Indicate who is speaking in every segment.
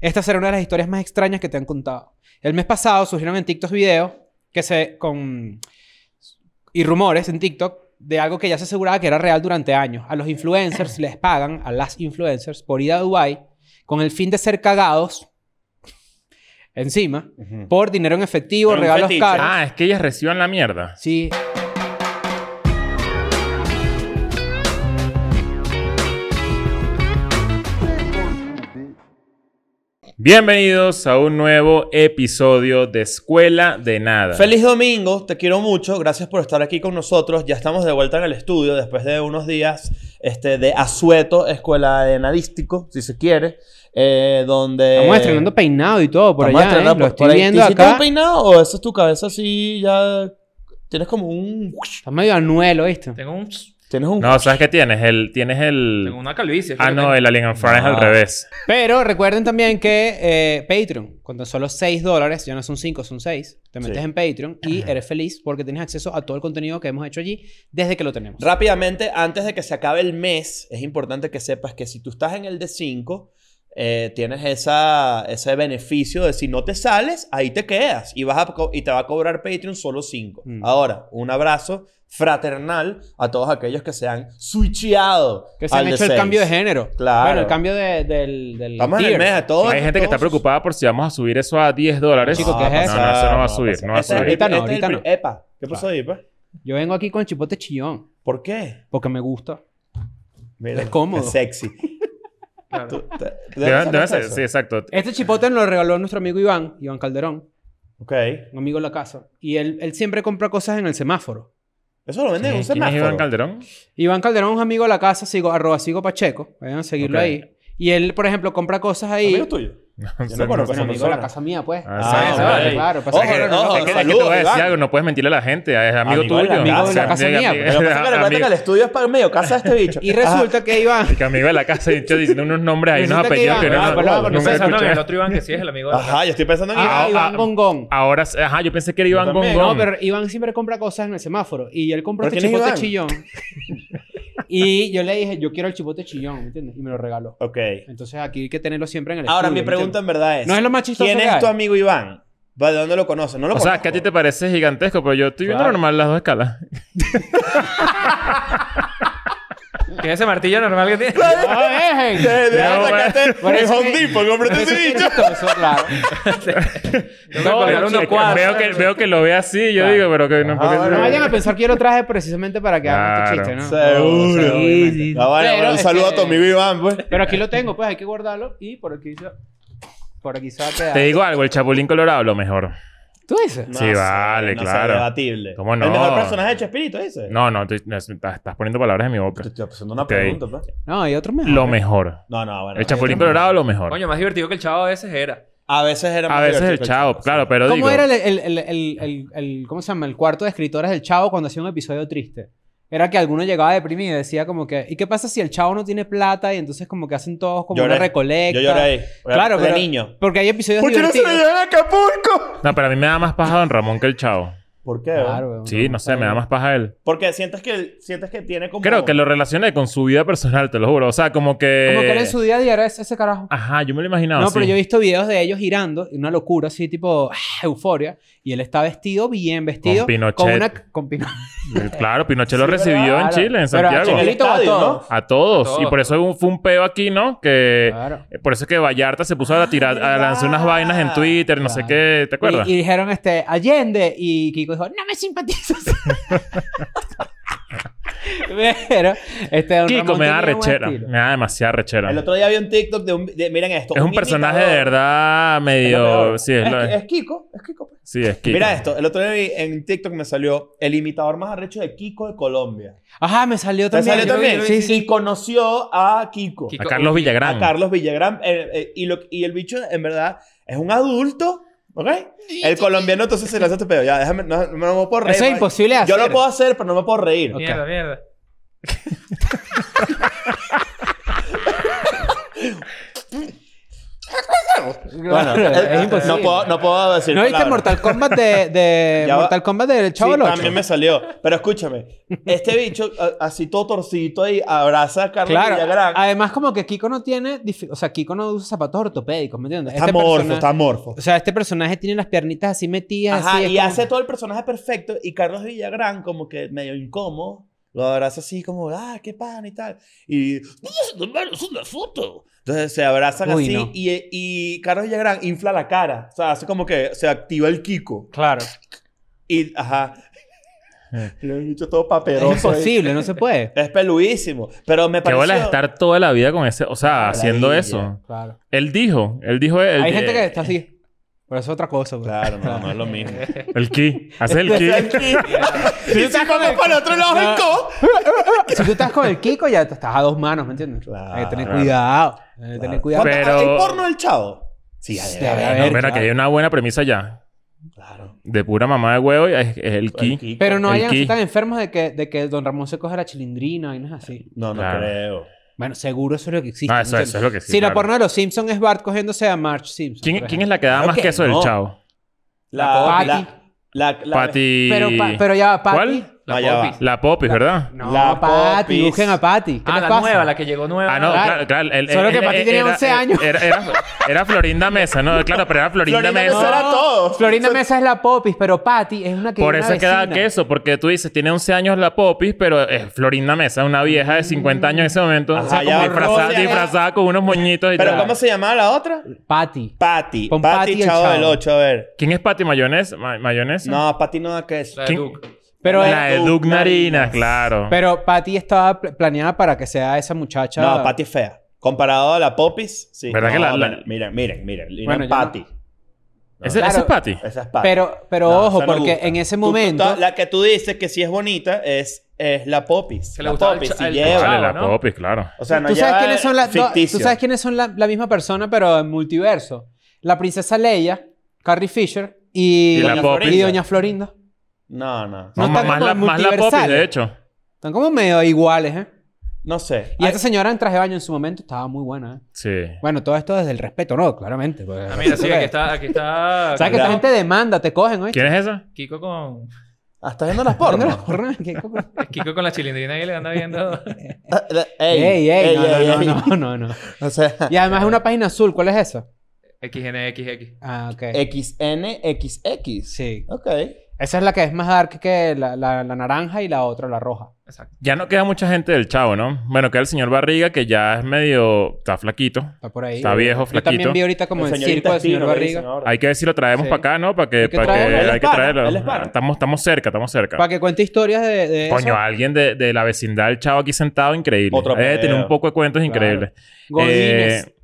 Speaker 1: Esta será una de las historias más extrañas que te han contado. El mes pasado surgieron en TikTok videos que se con y rumores en TikTok de algo que ya se aseguraba que era real durante años. A los influencers les pagan a las influencers por ir a Dubai con el fin de ser cagados encima
Speaker 2: Ujú.
Speaker 1: por dinero en efectivo,
Speaker 3: Era un
Speaker 1: regalos
Speaker 3: fetiche.
Speaker 1: caros.
Speaker 2: Ah, es que ellas reciban la mierda.
Speaker 1: Sí.
Speaker 2: Bienvenidos a un nuevo episodio de Escuela de Nada.
Speaker 3: Feliz domingo, te quiero mucho, gracias por estar aquí con nosotros. Ya estamos de vuelta en el estudio después de unos días este, de asueto, escuela de nadístico, si se quiere, eh, donde...
Speaker 1: Estamos estrenando peinado y todo por
Speaker 3: Estamos
Speaker 1: allá. ¿eh?
Speaker 3: estrenando
Speaker 1: Lo
Speaker 3: por-
Speaker 1: estoy
Speaker 3: por ahí.
Speaker 1: viendo
Speaker 3: ¿Te hiciste un
Speaker 1: acá.
Speaker 3: peinado o esa es tu cabeza así ya... Tienes como un...
Speaker 1: Está medio anuelo, ¿viste?
Speaker 4: Tengo, un,
Speaker 3: Tienes un...
Speaker 2: No, ¿sabes qué tienes? El, tienes el...
Speaker 4: tengo una calvicie.
Speaker 2: Ah,
Speaker 4: creo que
Speaker 2: no,
Speaker 4: tengo.
Speaker 2: el Alien and Fry es al
Speaker 3: No.
Speaker 2: revés.
Speaker 1: Pero recuerden también que eh, Patreon, con tan solo 6 dólares, ya no son 5, son 6, te metes
Speaker 3: Sí.
Speaker 1: en Patreon y eres feliz porque tienes acceso a todo el contenido que hemos hecho allí desde que lo tenemos.
Speaker 3: Rápidamente, antes de que se acabe el mes, es importante que sepas que si tú estás en el de 5, tienes esa, ese beneficio de si no te sales, ahí te quedas y, vas a co- y te va a cobrar Patreon solo 5.
Speaker 1: Mm.
Speaker 3: Ahora, un abrazo fraternal a todos aquellos que se han switcheado.
Speaker 1: que se han
Speaker 3: al
Speaker 1: hecho el
Speaker 3: seis.
Speaker 1: cambio de género.
Speaker 3: Claro.
Speaker 1: Bueno, el cambio de- del, del.
Speaker 3: Estamos en el
Speaker 1: tier.
Speaker 3: mes de todos.
Speaker 2: Hay gente que está
Speaker 3: todos-
Speaker 2: preocupada por si vamos a subir eso a 10 dólares.
Speaker 1: Chico,
Speaker 2: No,
Speaker 1: ¿qué es
Speaker 2: Ah, no,
Speaker 1: eso?
Speaker 2: no, eso no va a
Speaker 3: pasa.
Speaker 2: subir, no va a
Speaker 3: Este es-
Speaker 2: subir.
Speaker 1: Ahorita no,
Speaker 3: este es el
Speaker 1: ahorita
Speaker 3: pri- Epa, ¿qué pasó ahí, pa?
Speaker 1: Yo vengo aquí con el chipote chillón
Speaker 3: ¿Por qué?
Speaker 1: porque me gusta.
Speaker 3: Mira,
Speaker 1: Es cómodo.
Speaker 3: Es sexy.
Speaker 4: Claro.
Speaker 3: Tú- te- ¿de dónde
Speaker 2: Deben-
Speaker 3: sacaste
Speaker 2: deben ser-
Speaker 3: eso?
Speaker 2: sí, exacto.
Speaker 1: Este chipote nos lo regaló nuestro amigo Iván, Iván Calderón,
Speaker 3: Ok.
Speaker 1: un amigo de la casa. Y él, él siempre compra cosas en el semáforo.
Speaker 3: Eso lo venden en
Speaker 2: ¿Quién
Speaker 3: un
Speaker 2: es Iván
Speaker 3: semáforo.
Speaker 2: Calderón?
Speaker 1: Iván Calderón es un amigo de la casa, sigo, arroba sigo Pacheco, vayan a seguirlo
Speaker 2: Ok.
Speaker 1: ahí. Y él, por ejemplo, compra cosas ahí.
Speaker 3: ¿Amigo tuyo?
Speaker 2: No
Speaker 3: Yo
Speaker 2: sé,
Speaker 3: no conozco
Speaker 2: sé,
Speaker 1: Bueno,
Speaker 3: esa
Speaker 1: amigo de la
Speaker 3: persona.
Speaker 1: casa mía, pues.
Speaker 2: Ah,
Speaker 1: Ah,
Speaker 2: sí,
Speaker 1: vale,
Speaker 2: sí.
Speaker 1: claro. Pasa
Speaker 3: Ojo,
Speaker 1: que-
Speaker 3: no, no,
Speaker 2: Es que- es que te
Speaker 3: saludos,
Speaker 2: voy a decir
Speaker 3: Iván.
Speaker 2: algo, no puedes mentirle a la gente, es amigo
Speaker 3: Amigo de
Speaker 2: tuyo.
Speaker 3: la casa.
Speaker 2: O sea,
Speaker 1: Amigo de la casa mía,
Speaker 3: Lo que pasa es que recuerda que el estudio es para medio casa de este bicho.
Speaker 1: Y resulta que Iván.
Speaker 2: Que amigo de la casa, he dicho diciendo unos nombres, hay unos
Speaker 1: Resulta que
Speaker 2: apellidos que
Speaker 1: Iván-
Speaker 2: no.
Speaker 1: Ah,
Speaker 2: no-
Speaker 1: perdón,
Speaker 2: nunca
Speaker 1: perdón,
Speaker 4: Estoy pensando en
Speaker 2: escuché.
Speaker 4: el otro Iván que sí es el amigo de la
Speaker 3: Ajá, yo estoy pensando en
Speaker 1: Ah,
Speaker 2: ah,
Speaker 1: Iván
Speaker 2: ah,
Speaker 1: Gongón.
Speaker 2: Ahora, ajá, yo pensé que era
Speaker 3: Yo
Speaker 2: Iván
Speaker 3: también.
Speaker 2: Gongón.
Speaker 1: No, pero Iván siempre compra cosas en el semáforo. Y él compró
Speaker 3: ¿Pero
Speaker 1: este
Speaker 3: quién
Speaker 1: chipote
Speaker 3: es
Speaker 1: chillón. y yo le dije, yo quiero el chipote chillón, ¿me entiendes? Y me lo regaló.
Speaker 3: Ok.
Speaker 1: Entonces aquí hay que tenerlo siempre en el
Speaker 3: Ahora,
Speaker 1: estudio, ¿me
Speaker 3: mi pregunta en
Speaker 1: entiendes?
Speaker 3: verdad es...
Speaker 1: No es lo más chistoso
Speaker 3: ¿Quién
Speaker 1: que
Speaker 3: es
Speaker 1: hay.
Speaker 3: tu amigo Iván? ¿Va- ¿De dónde lo conoces? No lo
Speaker 2: O sea, que a ti te parece gigantesco, pero yo estoy viendo
Speaker 1: Claro.
Speaker 2: normal las dos escalas.
Speaker 4: casa. Que es ese martillo normal que tiene.
Speaker 1: ¡No dejen!
Speaker 2: No,
Speaker 1: bueno.
Speaker 3: sacaste el Home Depot,
Speaker 1: Eso
Speaker 3: cómprate ese
Speaker 1: es
Speaker 3: bicho.
Speaker 1: chistoso, claro.
Speaker 4: Tengo que colgar unos
Speaker 2: Es que
Speaker 4: cuadros.
Speaker 2: veo, que, veo que lo ve así, yo
Speaker 1: Claro.
Speaker 2: digo, pero que no.
Speaker 3: Ajá,
Speaker 2: porque-
Speaker 3: bueno,
Speaker 1: No vayan a pensar que yo lo traje precisamente para que hagan este
Speaker 2: Claro.
Speaker 1: chiste, ¿no?
Speaker 3: Seguro.
Speaker 1: Sí,
Speaker 3: obviamente.
Speaker 1: sí, sí.
Speaker 3: Ah, bueno,
Speaker 1: Pero
Speaker 3: bueno, un
Speaker 1: es
Speaker 3: saludo a
Speaker 1: que-
Speaker 3: tu amigo Iván, pues.
Speaker 1: Pero aquí lo tengo, pues hay que guardarlo y por aquí sa- por aquí saca.
Speaker 2: Te digo algo, el Chapulín Colorado lo mejor.
Speaker 1: ¿Tú dices?
Speaker 3: No
Speaker 2: Sí,
Speaker 3: sé,
Speaker 2: vale,
Speaker 3: no
Speaker 2: claro.
Speaker 3: sé, debatible.
Speaker 2: ¿Cómo
Speaker 3: El
Speaker 2: no?
Speaker 3: mejor personaje de Chespirito, dice.
Speaker 2: No, no, tú- no, estás, estás poniendo palabras en mi boca.
Speaker 3: Te estoy haciendo una
Speaker 2: Ok.
Speaker 3: pregunta, pues.
Speaker 1: No, hay otro mejor.
Speaker 2: Lo mejor.
Speaker 3: No, no, bueno.
Speaker 2: El Chapulín
Speaker 3: Yo tampoco.
Speaker 2: Colorado lo mejor.
Speaker 4: Coño, más divertido que el chavo a veces era.
Speaker 3: A veces era más
Speaker 2: A veces el
Speaker 3: divertido que
Speaker 2: chavo, claro, pero
Speaker 1: ¿Cómo
Speaker 2: digo.
Speaker 1: era el, el- el- el- el- el- ¿cómo se llama? El cuarto de escritores del Chavo cuando hacía un episodio triste. Era que alguno llegaba deprimido y decía como que, ¿y qué pasa si el Chavo no tiene plata? Y entonces como que hacen todos como
Speaker 3: Lloré.
Speaker 1: una recolecta.
Speaker 3: Yo lloré ahí.
Speaker 1: Claro,
Speaker 3: De
Speaker 1: pero-
Speaker 3: niño.
Speaker 1: Porque hay episodios
Speaker 3: ¿Por qué no se
Speaker 1: divertidos.
Speaker 3: le llevan a Acapulco?
Speaker 2: No, pero a mí me da más paja Don Ramón que el Chavo.
Speaker 3: ¿Por qué?
Speaker 1: Claro, weón,
Speaker 2: Sí, no sé, me da más paja él.
Speaker 3: Porque sientes que, sientes que tiene como...
Speaker 2: Creo que lo relacioné con su vida personal, te lo juro. O sea, como que.
Speaker 1: Como que era en su día a día era ese, ese carajo.
Speaker 2: Ajá, yo me lo imaginaba.
Speaker 1: no,
Speaker 2: así.
Speaker 1: pero yo he visto videos de ellos girando, una locura así, tipo ah, euforia. Y él está vestido, bien vestido.
Speaker 2: Con Pinochet.
Speaker 1: Con una, con Pino-
Speaker 2: Claro, Pinochet lo
Speaker 3: Sí,
Speaker 2: recibió en
Speaker 1: claro.
Speaker 2: Chile, en
Speaker 1: Pero a
Speaker 2: Santiago.
Speaker 3: En el
Speaker 1: Chile- Chiquito,
Speaker 3: estadio,
Speaker 1: todo.
Speaker 3: ¿no?
Speaker 2: A todos.
Speaker 4: A todos.
Speaker 2: Y por eso hubo- fue un peo aquí, ¿no? Que. eh,
Speaker 1: Claro.
Speaker 2: Por eso es que Vallarta se puso a tirar, a
Speaker 3: ¿verdad?
Speaker 2: lanzar unas vainas en Twitter, no sé
Speaker 1: Claro.
Speaker 2: qué, ¿te acuerdas?
Speaker 1: Y, y dijeron este, Allende. Y Kiko dijo, no me simpatizas. Pero, este, don
Speaker 2: Kiko
Speaker 1: Ramón
Speaker 2: me da
Speaker 1: tenía buen
Speaker 2: rechera,
Speaker 1: estilo.
Speaker 2: me da demasiada rechera.
Speaker 3: El otro día vi un TikTok de un... de- miren esto.
Speaker 2: Es un personaje de
Speaker 3: imitador.
Speaker 2: verdad
Speaker 3: Es lo
Speaker 2: medio.
Speaker 3: peor.
Speaker 2: Sí, es, lo-
Speaker 3: es, es Kiko, es Kiko. pues.
Speaker 2: sí, es Kiko.
Speaker 3: Mira esto, el otro día vi en TikTok me salió el imitador más arrecho de Kiko de Colombia.
Speaker 1: Ajá, me salió
Speaker 3: ¿Te
Speaker 1: también.
Speaker 3: salió
Speaker 1: Yo-
Speaker 3: también?
Speaker 1: Sí, sí.
Speaker 3: Y conoció a Kiko,
Speaker 4: Kiko.
Speaker 2: A Carlos Villagrán.
Speaker 3: a Carlos Villagrán, eh, eh, y, lo- y el bicho en verdad es un adulto, ¿ok? El colombiano entonces se lanza este pedo, ya, déjame, no, no me puedo reír.
Speaker 1: Eso es
Speaker 3: ¿vale?
Speaker 1: imposible hacer.
Speaker 3: Yo lo puedo hacer, pero no me puedo reír.
Speaker 1: Ok.
Speaker 4: Mierda, mierda.
Speaker 3: huevo. Bueno, eh,
Speaker 1: es imposible.
Speaker 3: No puedo, no puedo decir
Speaker 1: ¿No viste
Speaker 3: palabras.
Speaker 1: Mortal Kombat de, de
Speaker 3: Ya va.
Speaker 1: Mortal Kombat del
Speaker 3: Sí,
Speaker 1: Chavo del Ocho?
Speaker 3: también me salió. Pero escúchame, este bicho a- así todo torcidito ahí abraza a Carlos
Speaker 1: Claro. Ah,
Speaker 3: Villagrán.
Speaker 1: Además, como que Kiko no tiene. difi- O sea, Kiko no usa zapatos ortopédicos, ¿me entiendes?
Speaker 3: está
Speaker 1: Este
Speaker 3: morfo,
Speaker 1: persona-
Speaker 3: está morfo.
Speaker 1: O sea, este personaje tiene las piernitas así metidas.
Speaker 3: Ajá,
Speaker 1: así, es
Speaker 3: y
Speaker 1: como-
Speaker 3: hace todo el personaje perfecto y Carlos Villagrán como que medio incómodo. Lo abraza así como, ah, qué pan y tal. Y, "No, es una foto. Entonces se abrazan
Speaker 1: Uy,
Speaker 3: así
Speaker 1: no.
Speaker 3: y, y Carlos Villagrán infla la cara. O sea, hace como que se activa el Kiko.
Speaker 1: Claro.
Speaker 3: Y, ajá.
Speaker 2: Eh.
Speaker 3: Lo he dicho todo paperoso.
Speaker 1: es imposible, no se puede.
Speaker 3: ahí. Es peludísimo. Pero me
Speaker 2: Qué
Speaker 3: pareció...
Speaker 2: bola estar toda la vida con ese... O sea, haciendo
Speaker 3: Maravilla.
Speaker 2: eso.
Speaker 1: Claro.
Speaker 2: Él dijo. Él dijo... El,
Speaker 1: Hay gente que
Speaker 2: eh,
Speaker 1: está así. Pero eso es otra cosa, pues. güey.
Speaker 3: Claro, no, no es lo mismo.
Speaker 2: El ki. Hace el ki.
Speaker 3: y si pones para el otro lado,
Speaker 1: No.
Speaker 3: el co.
Speaker 1: Si tú estás con el Kiko, ya te estás a dos manos, ¿me entiendes?
Speaker 3: Claro.
Speaker 1: Hay que tener cuidado. Hay que tener cuidado.
Speaker 2: Pero-
Speaker 3: ¿Hay porno del chavo? Sí, ya
Speaker 1: Sí,
Speaker 3: debe
Speaker 1: a
Speaker 3: haber,
Speaker 1: ver,
Speaker 3: ¿no?
Speaker 2: No, mira,
Speaker 1: claro.
Speaker 2: que hay una buena premisa ya.
Speaker 3: Claro.
Speaker 2: De pura mamá de huevo y es, es el
Speaker 3: El
Speaker 2: ki.
Speaker 3: Kiko.
Speaker 1: Pero no
Speaker 2: El
Speaker 1: hayan
Speaker 2: ki.
Speaker 1: tan enfermos de que, de que Don Ramón se coge la chilindrina y no es así.
Speaker 3: No, no
Speaker 2: Claro.
Speaker 3: creo.
Speaker 1: Bueno, seguro eso es lo que existe.
Speaker 2: No,
Speaker 1: ¿me
Speaker 2: eso, eso
Speaker 1: entiendes?
Speaker 2: es lo que sí.
Speaker 1: Si la
Speaker 2: claro.
Speaker 1: porno de los Simpsons es Bart cogiéndose a Marge Simpson.
Speaker 2: ¿Quién,
Speaker 1: por
Speaker 2: quién es
Speaker 1: ejemplo.
Speaker 2: la que daba
Speaker 3: Claro
Speaker 2: más
Speaker 3: que
Speaker 2: queso
Speaker 3: no.
Speaker 2: del chavo?
Speaker 3: La,
Speaker 1: Patty.
Speaker 3: la, la, la,
Speaker 2: Patty...
Speaker 1: Pero, pa- pero ya va, Patty.
Speaker 2: ¿Cuál?
Speaker 4: La
Speaker 3: Ah, ya
Speaker 4: Popis.
Speaker 2: La Popis, ¿verdad?
Speaker 1: No,
Speaker 3: La
Speaker 1: Patty.
Speaker 3: Popis.
Speaker 1: Busquen a Patty. ¿Qué
Speaker 4: Ah,
Speaker 1: les
Speaker 4: la
Speaker 1: pasa?
Speaker 4: nueva, la que llegó nueva.
Speaker 2: Ah, no,
Speaker 1: Claro.
Speaker 2: claro, claro. el-
Speaker 1: Solo
Speaker 2: el-
Speaker 1: que para ti
Speaker 2: el-
Speaker 1: tenía
Speaker 2: era-
Speaker 1: 11 años.
Speaker 2: Era, era- era Florinda Mesa, ¿no? Claro, pero era Florinda,
Speaker 3: Florinda
Speaker 2: Mesa.
Speaker 3: Mesa era todo.
Speaker 1: Florinda Mesa es la Popis, pero Patty es una que
Speaker 2: Por
Speaker 1: es una
Speaker 2: eso es que da
Speaker 1: vecina.
Speaker 2: queso, porque tú dices, tiene 11 años la Popis, pero es Florinda Mesa, una vieja de 50 años en ese momento.
Speaker 3: Ajá,
Speaker 2: o sea,
Speaker 3: ya,
Speaker 2: como disfrazada,
Speaker 3: Rosa.
Speaker 2: disfrazada con unos moñitos y
Speaker 3: ¿Pero
Speaker 2: tal.
Speaker 3: cómo se llamaba la otra?
Speaker 1: Patty.
Speaker 3: Patty.
Speaker 1: Pon Patty
Speaker 3: Patty,
Speaker 1: el
Speaker 3: chavo,
Speaker 1: Chavo.
Speaker 3: del 8, a ver.
Speaker 2: ¿Quién es Patty Mayonesa? Ma- ¿Mayonesa?
Speaker 3: No, Patty no da
Speaker 4: La
Speaker 3: queso.
Speaker 4: de
Speaker 2: ¿Quién?
Speaker 4: Duke.
Speaker 1: Pero, eh,
Speaker 2: la de Duke Narinas,
Speaker 3: Narinas.
Speaker 2: claro.
Speaker 1: pero Patty estaba pl- planeada para que sea esa muchacha.
Speaker 3: No, Patty es fea. Comparado a la Popis, sí.
Speaker 2: ¿Verdad
Speaker 3: No,
Speaker 2: que la- la-
Speaker 3: Miren, miren, miren. miren. Y no
Speaker 1: Bueno,
Speaker 3: es
Speaker 1: yo no-
Speaker 3: Patty.
Speaker 2: ¿Ese,
Speaker 1: Claro.
Speaker 2: ese es Patty?
Speaker 3: Esa es Patty.
Speaker 1: Pero, pero
Speaker 3: No,
Speaker 1: ojo,
Speaker 3: esa no
Speaker 1: porque
Speaker 3: gusta.
Speaker 1: en ese
Speaker 3: Tú- tú-
Speaker 1: momento.
Speaker 3: ta- la que tú dices que sí es bonita es, es la Popis.
Speaker 4: Que le
Speaker 3: la
Speaker 4: gustaba el
Speaker 3: Popis
Speaker 4: cha-
Speaker 3: sí
Speaker 4: el
Speaker 3: lleva.
Speaker 4: chavo.
Speaker 2: Vale, la
Speaker 4: ¿no?
Speaker 2: Popis, claro.
Speaker 3: O sea, no
Speaker 1: ¿Tú, sabes
Speaker 3: lleva
Speaker 1: quiénes son la, no,
Speaker 3: ficticio.
Speaker 1: ¿Tú sabes quiénes son la, la misma persona, pero en multiverso? La princesa Leia, Carrie Fisher y,
Speaker 2: Y la
Speaker 1: Doña
Speaker 2: Popis.
Speaker 1: y Doña Florinda.
Speaker 3: No, no.
Speaker 1: No
Speaker 2: No,
Speaker 1: está
Speaker 2: más,
Speaker 1: como
Speaker 2: la, más la Popis,
Speaker 1: multiversales.
Speaker 2: de hecho.
Speaker 1: Están como medio iguales, ¿eh?
Speaker 3: No sé.
Speaker 1: Y
Speaker 3: Ay,
Speaker 1: esta señora en traje de baño en su momento estaba muy buena, ¿eh?
Speaker 2: Sí.
Speaker 1: Bueno, todo esto desde el respeto, ¿no? Claramente. porque-
Speaker 4: Ah, mira, sí, aquí está, aquí está
Speaker 1: ¿Sabes que esta
Speaker 3: Claro.
Speaker 1: gente demanda? Te cogen, ¿oíste?
Speaker 2: ¿Quién es esa?
Speaker 4: Kiko con,
Speaker 3: ah, ¿Estás viendo las
Speaker 1: ¿Dónde las
Speaker 3: porno?
Speaker 1: porno? ¿Qué coco?
Speaker 4: Kiko con la chilindrina y le anda viendo.
Speaker 3: Ah, la-
Speaker 1: Ey, ey,
Speaker 3: ey,
Speaker 1: no,
Speaker 3: ey,
Speaker 1: no,
Speaker 3: ey.
Speaker 1: no, no, no, no.
Speaker 3: O sea,
Speaker 1: Y además es una página azul. ¿Cuál es esa?
Speaker 4: XNXX.
Speaker 1: Ah, ok.
Speaker 3: XNXX.
Speaker 1: Sí.
Speaker 3: Ok.
Speaker 1: Esa es la que es más dark que la, la- la naranja y la otra, la roja.
Speaker 4: Exacto.
Speaker 2: Ya no queda mucha gente del chavo, ¿no? Bueno, queda el señor Barriga, que ya es medio... Está flaquito.
Speaker 1: Está por ahí.
Speaker 2: Está viejo,
Speaker 1: Yo también
Speaker 2: flaquito.
Speaker 1: vi ahorita como el, circo del señor Barriga.
Speaker 2: Hay que ver si lo traemos
Speaker 1: Sí.
Speaker 2: para acá, ¿no? Para que...
Speaker 1: Hay que
Speaker 2: para que-
Speaker 1: traerlo, él
Speaker 3: es
Speaker 2: hay que
Speaker 3: pana,
Speaker 2: traerlo.
Speaker 3: él es pana.
Speaker 2: Ah, Estamos, estamos cerca, estamos cerca.
Speaker 1: Para que cuente historias de, de eso.
Speaker 2: Coño,
Speaker 3: eh,
Speaker 2: alguien de, de la vecindad del chavo aquí sentado, increíble.
Speaker 3: Otro
Speaker 2: Eh, tiene
Speaker 3: pedo.
Speaker 2: un poco de cuentos increíbles.
Speaker 1: Godínez.
Speaker 2: Eh,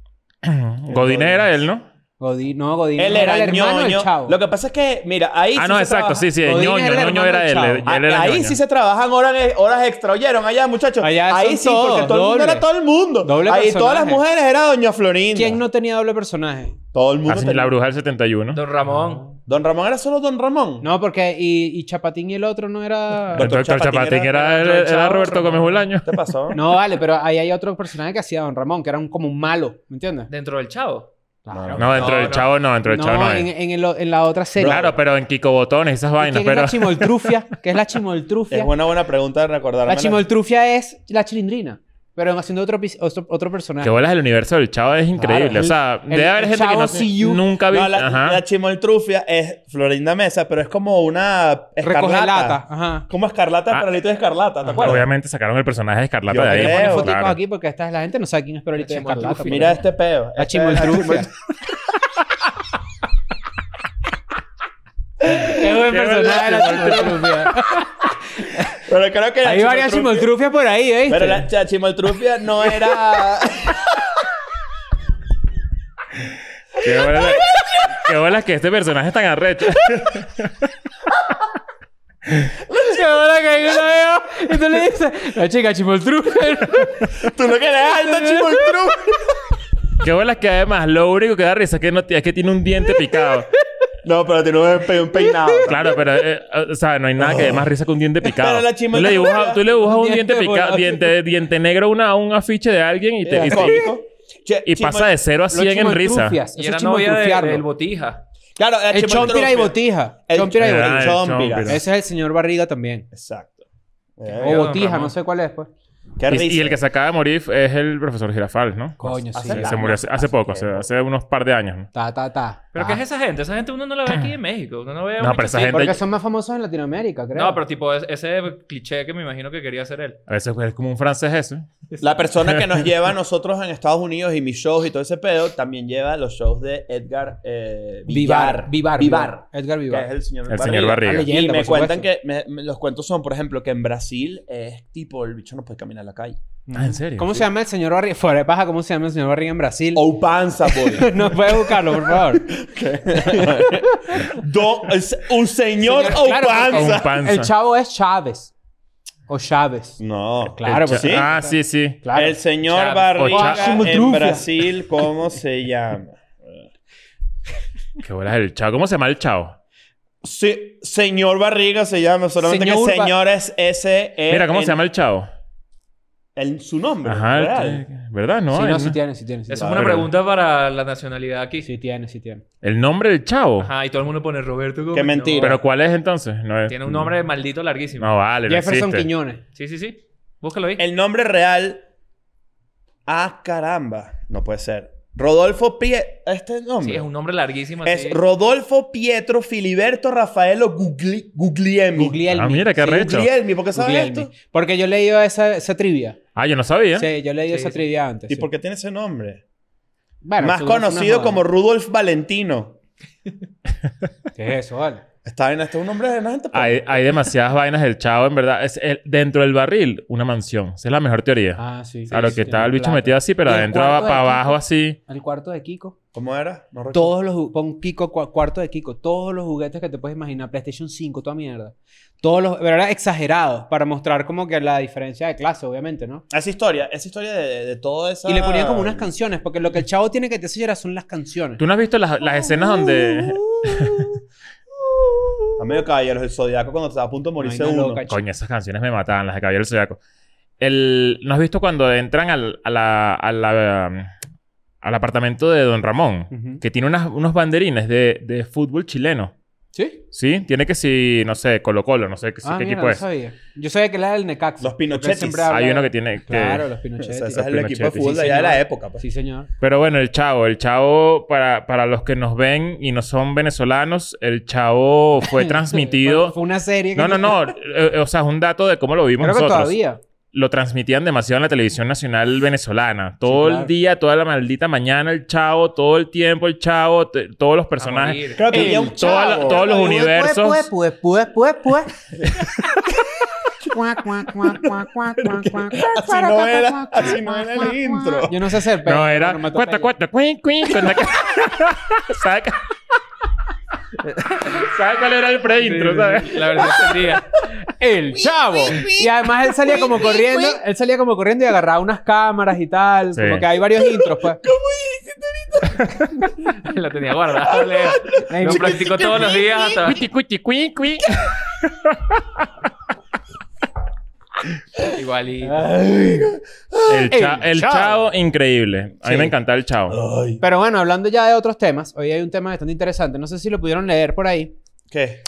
Speaker 2: Godínez era él, ¿no?
Speaker 1: Godín- no, Godínez.
Speaker 3: Él era,
Speaker 1: el hermano del
Speaker 3: ñoño.
Speaker 1: chavo.
Speaker 3: Lo que pasa es que, mira, ahí
Speaker 2: ah,
Speaker 3: sí
Speaker 2: no,
Speaker 3: se
Speaker 2: exacto,
Speaker 3: trabaja-
Speaker 2: sí, sí, el
Speaker 1: Godínez
Speaker 2: ñoño,
Speaker 1: era el
Speaker 2: el
Speaker 1: hermano
Speaker 2: ñoño era
Speaker 1: del
Speaker 2: él.
Speaker 1: chavo.
Speaker 2: él-
Speaker 3: Ah,
Speaker 2: él era el
Speaker 3: ahí
Speaker 2: ñoño.
Speaker 3: sí se trabajan horas, horas extra. ¿Oyeron allá, muchachos?
Speaker 1: Allá son
Speaker 3: ahí sí, porque
Speaker 1: todos,
Speaker 3: todo el mundo
Speaker 1: doble.
Speaker 3: era todo el mundo.
Speaker 1: Doble
Speaker 3: ahí todas las
Speaker 1: personaje.
Speaker 3: mujeres era Doña Florinda.
Speaker 1: ¿Quién no tenía doble personaje?
Speaker 3: Todo el
Speaker 2: Ah,
Speaker 3: mundo.
Speaker 2: sí,
Speaker 3: tenía-
Speaker 2: la bruja del 71.
Speaker 4: Don Ramón.
Speaker 3: Don Ramón era solo Don Ramón.
Speaker 1: No, porque y, y Chapatín y el otro no era.
Speaker 2: El doctor Chapatín era, era- era
Speaker 4: Chavo,
Speaker 2: Roberto Gómez Bolaño.
Speaker 3: ¿Qué te pasó?
Speaker 1: No, vale, pero ahí hay otro personaje que hacía Don Ramón, que era un, como un malo, ¿me entiendes?
Speaker 4: Dentro del chavo.
Speaker 1: Claro.
Speaker 2: No, dentro
Speaker 4: No,
Speaker 2: del
Speaker 4: no.
Speaker 2: chavo no, dentro del
Speaker 1: No,
Speaker 2: chavo no.
Speaker 1: en,
Speaker 2: hay.
Speaker 1: en el- en la otra serie.
Speaker 2: Claro, pero en Kiko Botones, esas
Speaker 1: ¿Y
Speaker 2: vainas,
Speaker 1: ¿Quién
Speaker 2: pero.
Speaker 1: es la chimoltrufia? ¿Qué es la chimoltrufia?
Speaker 3: Es una buena pregunta de recordarme.
Speaker 1: La chimoltrufia es la chilindrina, pero haciendo otro, pis- otro, otro personaje.
Speaker 2: Que bolas el universo del chavo es increíble.
Speaker 1: Claro,
Speaker 2: o sea,
Speaker 1: el-
Speaker 2: debe haber
Speaker 1: el
Speaker 2: gente que
Speaker 1: Chavo
Speaker 2: no,
Speaker 1: See You.
Speaker 2: nunca ha
Speaker 3: No,
Speaker 2: visto.
Speaker 3: la,
Speaker 2: ajá.
Speaker 3: la chimoltrufia es Florinda Mesa, pero es como una
Speaker 1: Recoge lata.
Speaker 3: escarlata.
Speaker 1: Ajá.
Speaker 3: Como escarlata,
Speaker 2: Ah.
Speaker 3: pero ahorita es escarlata, ¿te acuerdas?
Speaker 2: Obviamente sacaron el personaje de Escarlata
Speaker 3: Yo
Speaker 2: de ahí.
Speaker 1: Hay que
Speaker 3: creo.
Speaker 1: poner
Speaker 3: Leo,
Speaker 1: fotitos
Speaker 2: Claro.
Speaker 1: aquí porque esta es la gente no sabe quién es Perolito de
Speaker 4: La
Speaker 1: Escarlata.
Speaker 4: chimoltrufia.
Speaker 1: pero-
Speaker 3: Mira este peo.
Speaker 1: La
Speaker 3: Este es
Speaker 1: chimoltrufia. Qué buen
Speaker 2: Qué este
Speaker 1: personaje la chimoltrufia.
Speaker 3: Pero creo que la
Speaker 1: Hay varias
Speaker 3: chimoltrufia-
Speaker 1: chimoltrufias por ahí, ¿eh?
Speaker 3: Pero la, la chimoltrufia no era...
Speaker 2: Qué bola, qué bola que este personaje es tan arrecho.
Speaker 1: que yo la veo. Y tú le dices, la chica chimoltrufia.
Speaker 3: Tú lo que eres alta chimoltrufia.
Speaker 2: Qué bola que además lo único que da risa es que, no, es que tiene un diente picado.
Speaker 3: No, pero tiene un, pe- un peinado.
Speaker 2: Claro, pero, eh, o sea, no hay nada que dé más risa que un diente picado.
Speaker 3: Pero la
Speaker 2: tú,
Speaker 3: chimoltrufia-
Speaker 2: le dibujas, tú le dibujas un
Speaker 1: Diente
Speaker 2: diente
Speaker 1: volado.
Speaker 2: picado, diente, diente negro a una- a un afiche de alguien y te...
Speaker 3: Era
Speaker 2: y te-
Speaker 3: cómico. Che-
Speaker 2: Y
Speaker 3: Chimo-
Speaker 2: pasa de 0 a 100 en risa.
Speaker 1: chimontrufias,
Speaker 4: Y
Speaker 1: eso
Speaker 4: era
Speaker 1: es
Speaker 4: novia de-
Speaker 1: chimontrufiarlo.
Speaker 4: del Botija.
Speaker 3: Claro, el
Speaker 1: El
Speaker 3: Chimo
Speaker 1: chompira y
Speaker 3: Trufia.
Speaker 1: botija.
Speaker 3: El-
Speaker 1: Chompira y
Speaker 2: Ah,
Speaker 1: botija.
Speaker 2: el
Speaker 3: Chompira.
Speaker 2: chompira.
Speaker 1: Ese es el señor Barriga también.
Speaker 3: Exacto.
Speaker 1: O
Speaker 3: Eh,
Speaker 4: don
Speaker 1: botija,
Speaker 4: Ramón.
Speaker 1: no sé cuál es, pues.
Speaker 3: qué
Speaker 2: Y,
Speaker 3: risa.
Speaker 2: y el que se acaba de morir es el profesor Girafal, ¿no?
Speaker 1: Coño, sí.
Speaker 3: Hace
Speaker 2: Se-
Speaker 3: la-
Speaker 2: se murió hace, hace poco, hace, hace unos par de años. ¿no?
Speaker 1: Ta, ta, ta.
Speaker 4: ¿Pero
Speaker 1: ta.
Speaker 4: qué es esa gente? Esa gente uno no la ve aquí en México. Uno no ve a
Speaker 2: No,
Speaker 4: muchos
Speaker 2: pero esa
Speaker 4: tipos.
Speaker 2: gente-
Speaker 1: Porque son más famosos en Latinoamérica, creo.
Speaker 4: No, pero tipo es- ese cliché que me imagino que quería hacer él.
Speaker 2: A veces es como un francés eso.
Speaker 3: La persona que nos lleva a nosotros en Estados Unidos y mis shows y todo ese pedo, también lleva los shows de Edgar eh,
Speaker 1: Vivar.
Speaker 3: Villar.
Speaker 1: Vivar.
Speaker 3: Vivar.
Speaker 1: Edgar
Speaker 3: Que es
Speaker 1: Vivar.
Speaker 3: el señor
Speaker 2: El señor Barriga.
Speaker 1: La
Speaker 3: Y
Speaker 1: leyenda,
Speaker 3: me
Speaker 1: por
Speaker 3: cuentan
Speaker 1: supuesto.
Speaker 3: que me- me- los cuentos son, por ejemplo, que en Brasil es tipo el bicho no puede caminar a la calle.
Speaker 2: Ah, ¿en serio?
Speaker 1: ¿Cómo se llama el señor Barriga? Fuera de paja, ¿cómo se llama el señor Barriga en Brasil?
Speaker 3: O panza, boy.
Speaker 1: no puedes buscarlo, por favor.
Speaker 3: Don- es un señor
Speaker 1: Señor,
Speaker 3: o
Speaker 1: claro,
Speaker 2: O
Speaker 3: panza.
Speaker 2: un panza.
Speaker 1: El chavo es Chávez. O Chávez.
Speaker 3: No.
Speaker 2: El
Speaker 1: Claro,
Speaker 2: cha-
Speaker 1: pues
Speaker 3: sí.
Speaker 2: Ah, sí, sí.
Speaker 1: Claro.
Speaker 3: El señor
Speaker 4: Chávez.
Speaker 3: Barriga
Speaker 2: O Chávez.
Speaker 3: en
Speaker 1: Chimotrufia.
Speaker 3: Brasil, ¿cómo se llama?
Speaker 2: Qué bolas el chavo. ¿Cómo se llama el chavo?
Speaker 3: Sí, señor Barriga se llama, solamente
Speaker 1: Señor
Speaker 3: que
Speaker 1: Ba-
Speaker 3: señor es ese. eh,
Speaker 1: Eh,
Speaker 2: Mira, ¿cómo se llama el chavo?
Speaker 3: su nombre.
Speaker 2: Ajá,
Speaker 3: real.
Speaker 2: el- eh, ¿verdad? No,
Speaker 1: sí,
Speaker 2: el,
Speaker 1: no, sí tiene, sí tiene. Sí,
Speaker 4: Esa es
Speaker 1: tiene.
Speaker 4: una
Speaker 2: Claro.
Speaker 4: pregunta para la nacionalidad aquí.
Speaker 1: sí tiene, sí tiene.
Speaker 2: el nombre del chavo.
Speaker 4: Ajá, y todo el mundo pone Roberto Gómez.
Speaker 3: Qué mentira.
Speaker 2: Pero ¿cuál es entonces? No
Speaker 4: No,
Speaker 2: es-
Speaker 4: tiene un nombre maldito larguísimo.
Speaker 2: No vale, no
Speaker 1: Jefferson
Speaker 2: existe.
Speaker 1: Quiñones.
Speaker 4: Sí, sí, sí. Búscalo ahí.
Speaker 3: El nombre real. Ah, caramba. No puede ser. Rodolfo Pie... Este nombre.
Speaker 4: Sí, es un nombre larguísimo.
Speaker 3: Es
Speaker 4: así.
Speaker 3: Rodolfo Pietro Filiberto Rafaelo Gugli- Guglielmi.
Speaker 1: Guglielmi.
Speaker 2: Ah, mira, qué
Speaker 1: Sí,
Speaker 2: arrecho.
Speaker 3: Guglielmi, ¿por qué sabes
Speaker 1: Guglielmi.
Speaker 3: esto?
Speaker 1: Porque yo leí esa, esa trivia.
Speaker 2: Ah, yo no sabía.
Speaker 1: Sí, yo leí
Speaker 4: Sí,
Speaker 1: esa
Speaker 4: sí.
Speaker 1: trivia antes.
Speaker 3: ¿Y
Speaker 1: sí.
Speaker 3: por qué tiene ese nombre?
Speaker 1: Bueno,
Speaker 3: Más
Speaker 1: seguro fue una
Speaker 3: conocido
Speaker 1: joda.
Speaker 3: como Rudolf Valentino.
Speaker 1: ¿Qué es eso, vale?
Speaker 3: Está bien, este es un nombre de una gente. pero-
Speaker 2: Hay, hay demasiadas vainas del chavo, en verdad. Es el- dentro del barril, una mansión. Esa es la mejor teoría.
Speaker 1: Ah, sí.
Speaker 2: a lo que estaba el bicho metido así, pero
Speaker 1: Y el
Speaker 2: adentro
Speaker 1: cuarto
Speaker 2: va
Speaker 1: de
Speaker 2: para
Speaker 1: Kiko.
Speaker 2: abajo así.
Speaker 1: El cuarto de Kiko.
Speaker 3: ¿Cómo era? No recuerdo.
Speaker 1: Todos los... ju- Pon Kiko, cua- cuarto de Kiko. Todos los juguetes que te puedes imaginar. PlayStation 5, toda mierda. Todos los... Pero era exagerado. Para mostrar como que la diferencia de clase, obviamente, ¿no?
Speaker 3: Esa historia, esa historia de, de, de toda esa.
Speaker 1: Y le ponían como unas canciones. Porque lo que el chavo tiene que te enseñar son las canciones.
Speaker 2: ¿Tú no has visto las, las escenas donde...
Speaker 3: A medio caballeros del zodiaco cuando estaba a punto de morirse
Speaker 1: Vaina
Speaker 3: uno.
Speaker 1: loca, chico.
Speaker 2: Coño, esas canciones me mataban, las de Caballero del Zodiaco. El... ¿No has visto cuando entran al, a la, a la, um, al apartamento de Don Ramón?
Speaker 1: Ujú.
Speaker 2: Que tiene unas, unos banderines de, de fútbol chileno.
Speaker 1: ¿Sí?
Speaker 2: ¿Sí? Tiene que si, no sé, Colo Colo, no sé qué,
Speaker 1: Ah,
Speaker 2: qué
Speaker 1: mira,
Speaker 2: equipo
Speaker 1: no
Speaker 2: es.
Speaker 1: sabía. Yo sabía que él era el Necaxa.
Speaker 3: Los
Speaker 1: porque él
Speaker 3: Pinochetis.
Speaker 1: siempre habla
Speaker 2: Hay
Speaker 1: de-
Speaker 2: uno que tiene que...
Speaker 1: Claro, los
Speaker 3: O sea,
Speaker 1: Pinochetis.
Speaker 3: ese es el equipo de
Speaker 2: Pinochet,
Speaker 3: fútbol
Speaker 1: sí,
Speaker 3: de allá de la
Speaker 1: señor.
Speaker 3: época. Pues.
Speaker 1: Sí, señor.
Speaker 2: Pero bueno, el chavo, el chavo, para, para los que nos ven y no son venezolanos, el chavo fue
Speaker 1: Fue,
Speaker 2: transmitido.
Speaker 1: fue una serie. que-
Speaker 2: No, no, no. eh, eh, o sea, es un dato de cómo lo vimos
Speaker 1: Creo que
Speaker 2: nosotros.
Speaker 1: todavía.
Speaker 2: Lo transmitían demasiado en la televisión nacional venezolana. Todo
Speaker 1: claro.
Speaker 2: el día, toda la maldita mañana, el chavo, todo el tiempo, el chavo, te- todos los personajes.
Speaker 4: morir.
Speaker 3: Creo que
Speaker 2: El-
Speaker 3: había un
Speaker 2: toda la-
Speaker 3: chavo.
Speaker 2: todos los
Speaker 1: Pues,
Speaker 2: universos.
Speaker 1: Pues, pues, pues, pues, pues. Cuac, cuac, cuac, cuac, cuac, cuac, cuac.
Speaker 3: Así no era, así no era el intro.
Speaker 1: Yo no sé hacer pero
Speaker 2: No, era.
Speaker 1: onomatopeya.
Speaker 2: Cuata, cuata, cuin, cuin, con la ca- ¿Sabe ca- ¿Sabe cuál era el
Speaker 4: Sí,
Speaker 2: pre-intro?
Speaker 4: sí,
Speaker 2: ¿sabes?
Speaker 4: sí. eh. La verdad sería.
Speaker 1: El chavo. Y además él salía como corriendo, él salía como corriendo y agarraba unas cámaras y tal.
Speaker 2: Sí.
Speaker 1: Como que hay varios intros, pues.
Speaker 4: La tenía guardada. Leo. Lo practicó todos los días hasta.
Speaker 2: Cuiti, cuiti, cuin, cuin.
Speaker 4: Igual y.
Speaker 2: El, cha-
Speaker 1: El
Speaker 2: el
Speaker 1: Chavo.
Speaker 2: chavo, increíble. A mí
Speaker 1: Sí.
Speaker 2: me encantaba el chavo.
Speaker 3: Ay.
Speaker 1: Pero bueno, hablando ya de otros temas, hoy hay un tema bastante interesante. No sé si lo pudieron leer por ahí.
Speaker 3: ¿Qué?